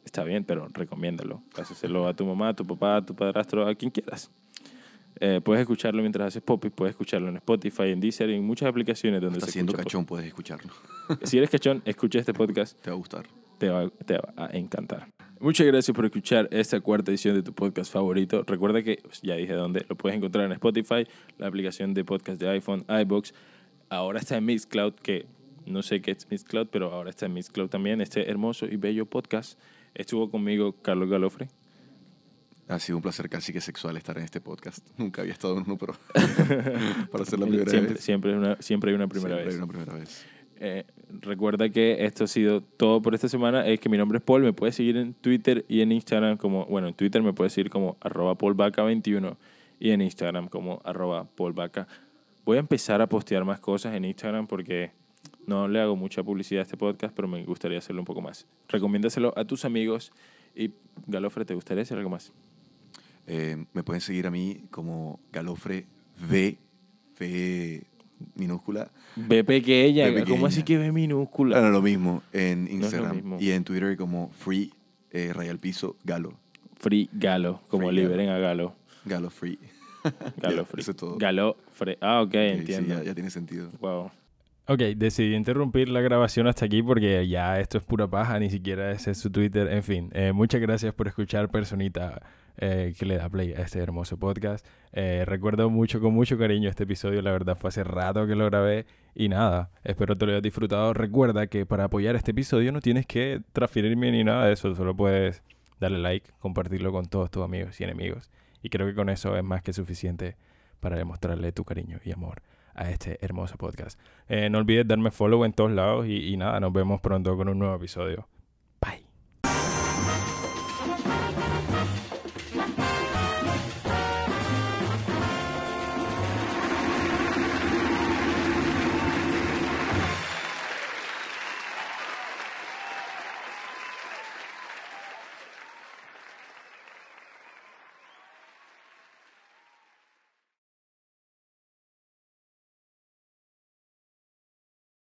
S1: está bien, pero recomiéndalo. Hazlo a tu mamá, a tu papá, a tu padrastro, a quien quieras. Eh, puedes escucharlo mientras haces pop y puedes escucharlo en Spotify, en Deezer, en muchas aplicaciones donde
S5: Está
S1: se
S5: siendo
S1: escucha
S5: cachón, puedes escucharlo.
S1: podcast. Si eres cachón, escucha este podcast
S5: Te va a gustar.
S1: te va, te va a encantar. Muchas gracias por escuchar esta cuarta edición de tu podcast favorito. Recuerda que, pues, ya dije dónde, lo puedes encontrar en Spotify, la aplicación de podcast de iPhone, iBox. Ahora está en Mixcloud, que no sé qué es Mixcloud, pero ahora está en Mixcloud también, este hermoso y bello podcast. Estuvo conmigo Carlos Galofre.
S5: Ha sido un placer casi que sexual estar en este podcast. Nunca había estado en uno, pero para ser la primera
S1: Siempre,
S5: vez.
S1: siempre, hay una- siempre hay una primera
S5: Siempre
S1: vez.
S5: hay una primera vez.
S1: Eh, recuerda que esto ha sido todo por esta semana. Es que mi nombre es Paul. Me puedes seguir en Twitter y en Instagram como, bueno, en Twitter me puedes seguir como arroba polvaca21 y en Instagram como arroba polvaca. Voy a empezar a postear más cosas en Instagram porque no le hago mucha publicidad a este podcast, pero me gustaría hacerlo un poco más. Recomiéndaselo a tus amigos y Galofre, ¿te gustaría hacer algo más?
S5: Eh, me pueden seguir a mí como Galofre V, V minúscula.
S1: Ve pequeña,
S5: Ve
S1: ¿cómo así
S5: pequeña.
S1: que ve minúscula?
S5: Bueno, lo mismo en
S1: lo
S5: Instagram
S1: mismo.
S5: y en Twitter como Free, eh, raya al piso, Galo.
S1: Free Galo, como
S5: Free Galo.
S1: liberen a Galo.
S5: Galo Free.
S1: Galo
S5: Ya,
S1: Free.
S5: Eso es todo.
S1: Galo Free. Ah, ok,
S5: Ok, sí,
S1: entiendo.
S5: ya, ya tiene sentido.
S1: Wow.
S6: Ok, decidí interrumpir la grabación hasta aquí porque ya esto es pura paja, ni siquiera ese es su Twitter. En fin, eh, muchas gracias por escuchar, personita eh, que le da play a este hermoso podcast. Eh, recuerdo mucho, con mucho cariño este episodio, la verdad fue hace rato que lo grabé y nada, espero te lo hayas disfrutado. Recuerda que para apoyar este episodio no tienes que transferirme ni nada de eso, solo puedes darle like, compartirlo con todos tus amigos y enemigos. Y creo que con eso es más que suficiente para demostrarle tu cariño y amor
S1: a este hermoso podcast. Eh, no olvides darme follow en todos lados y, y nada, nos vemos pronto con un nuevo episodio.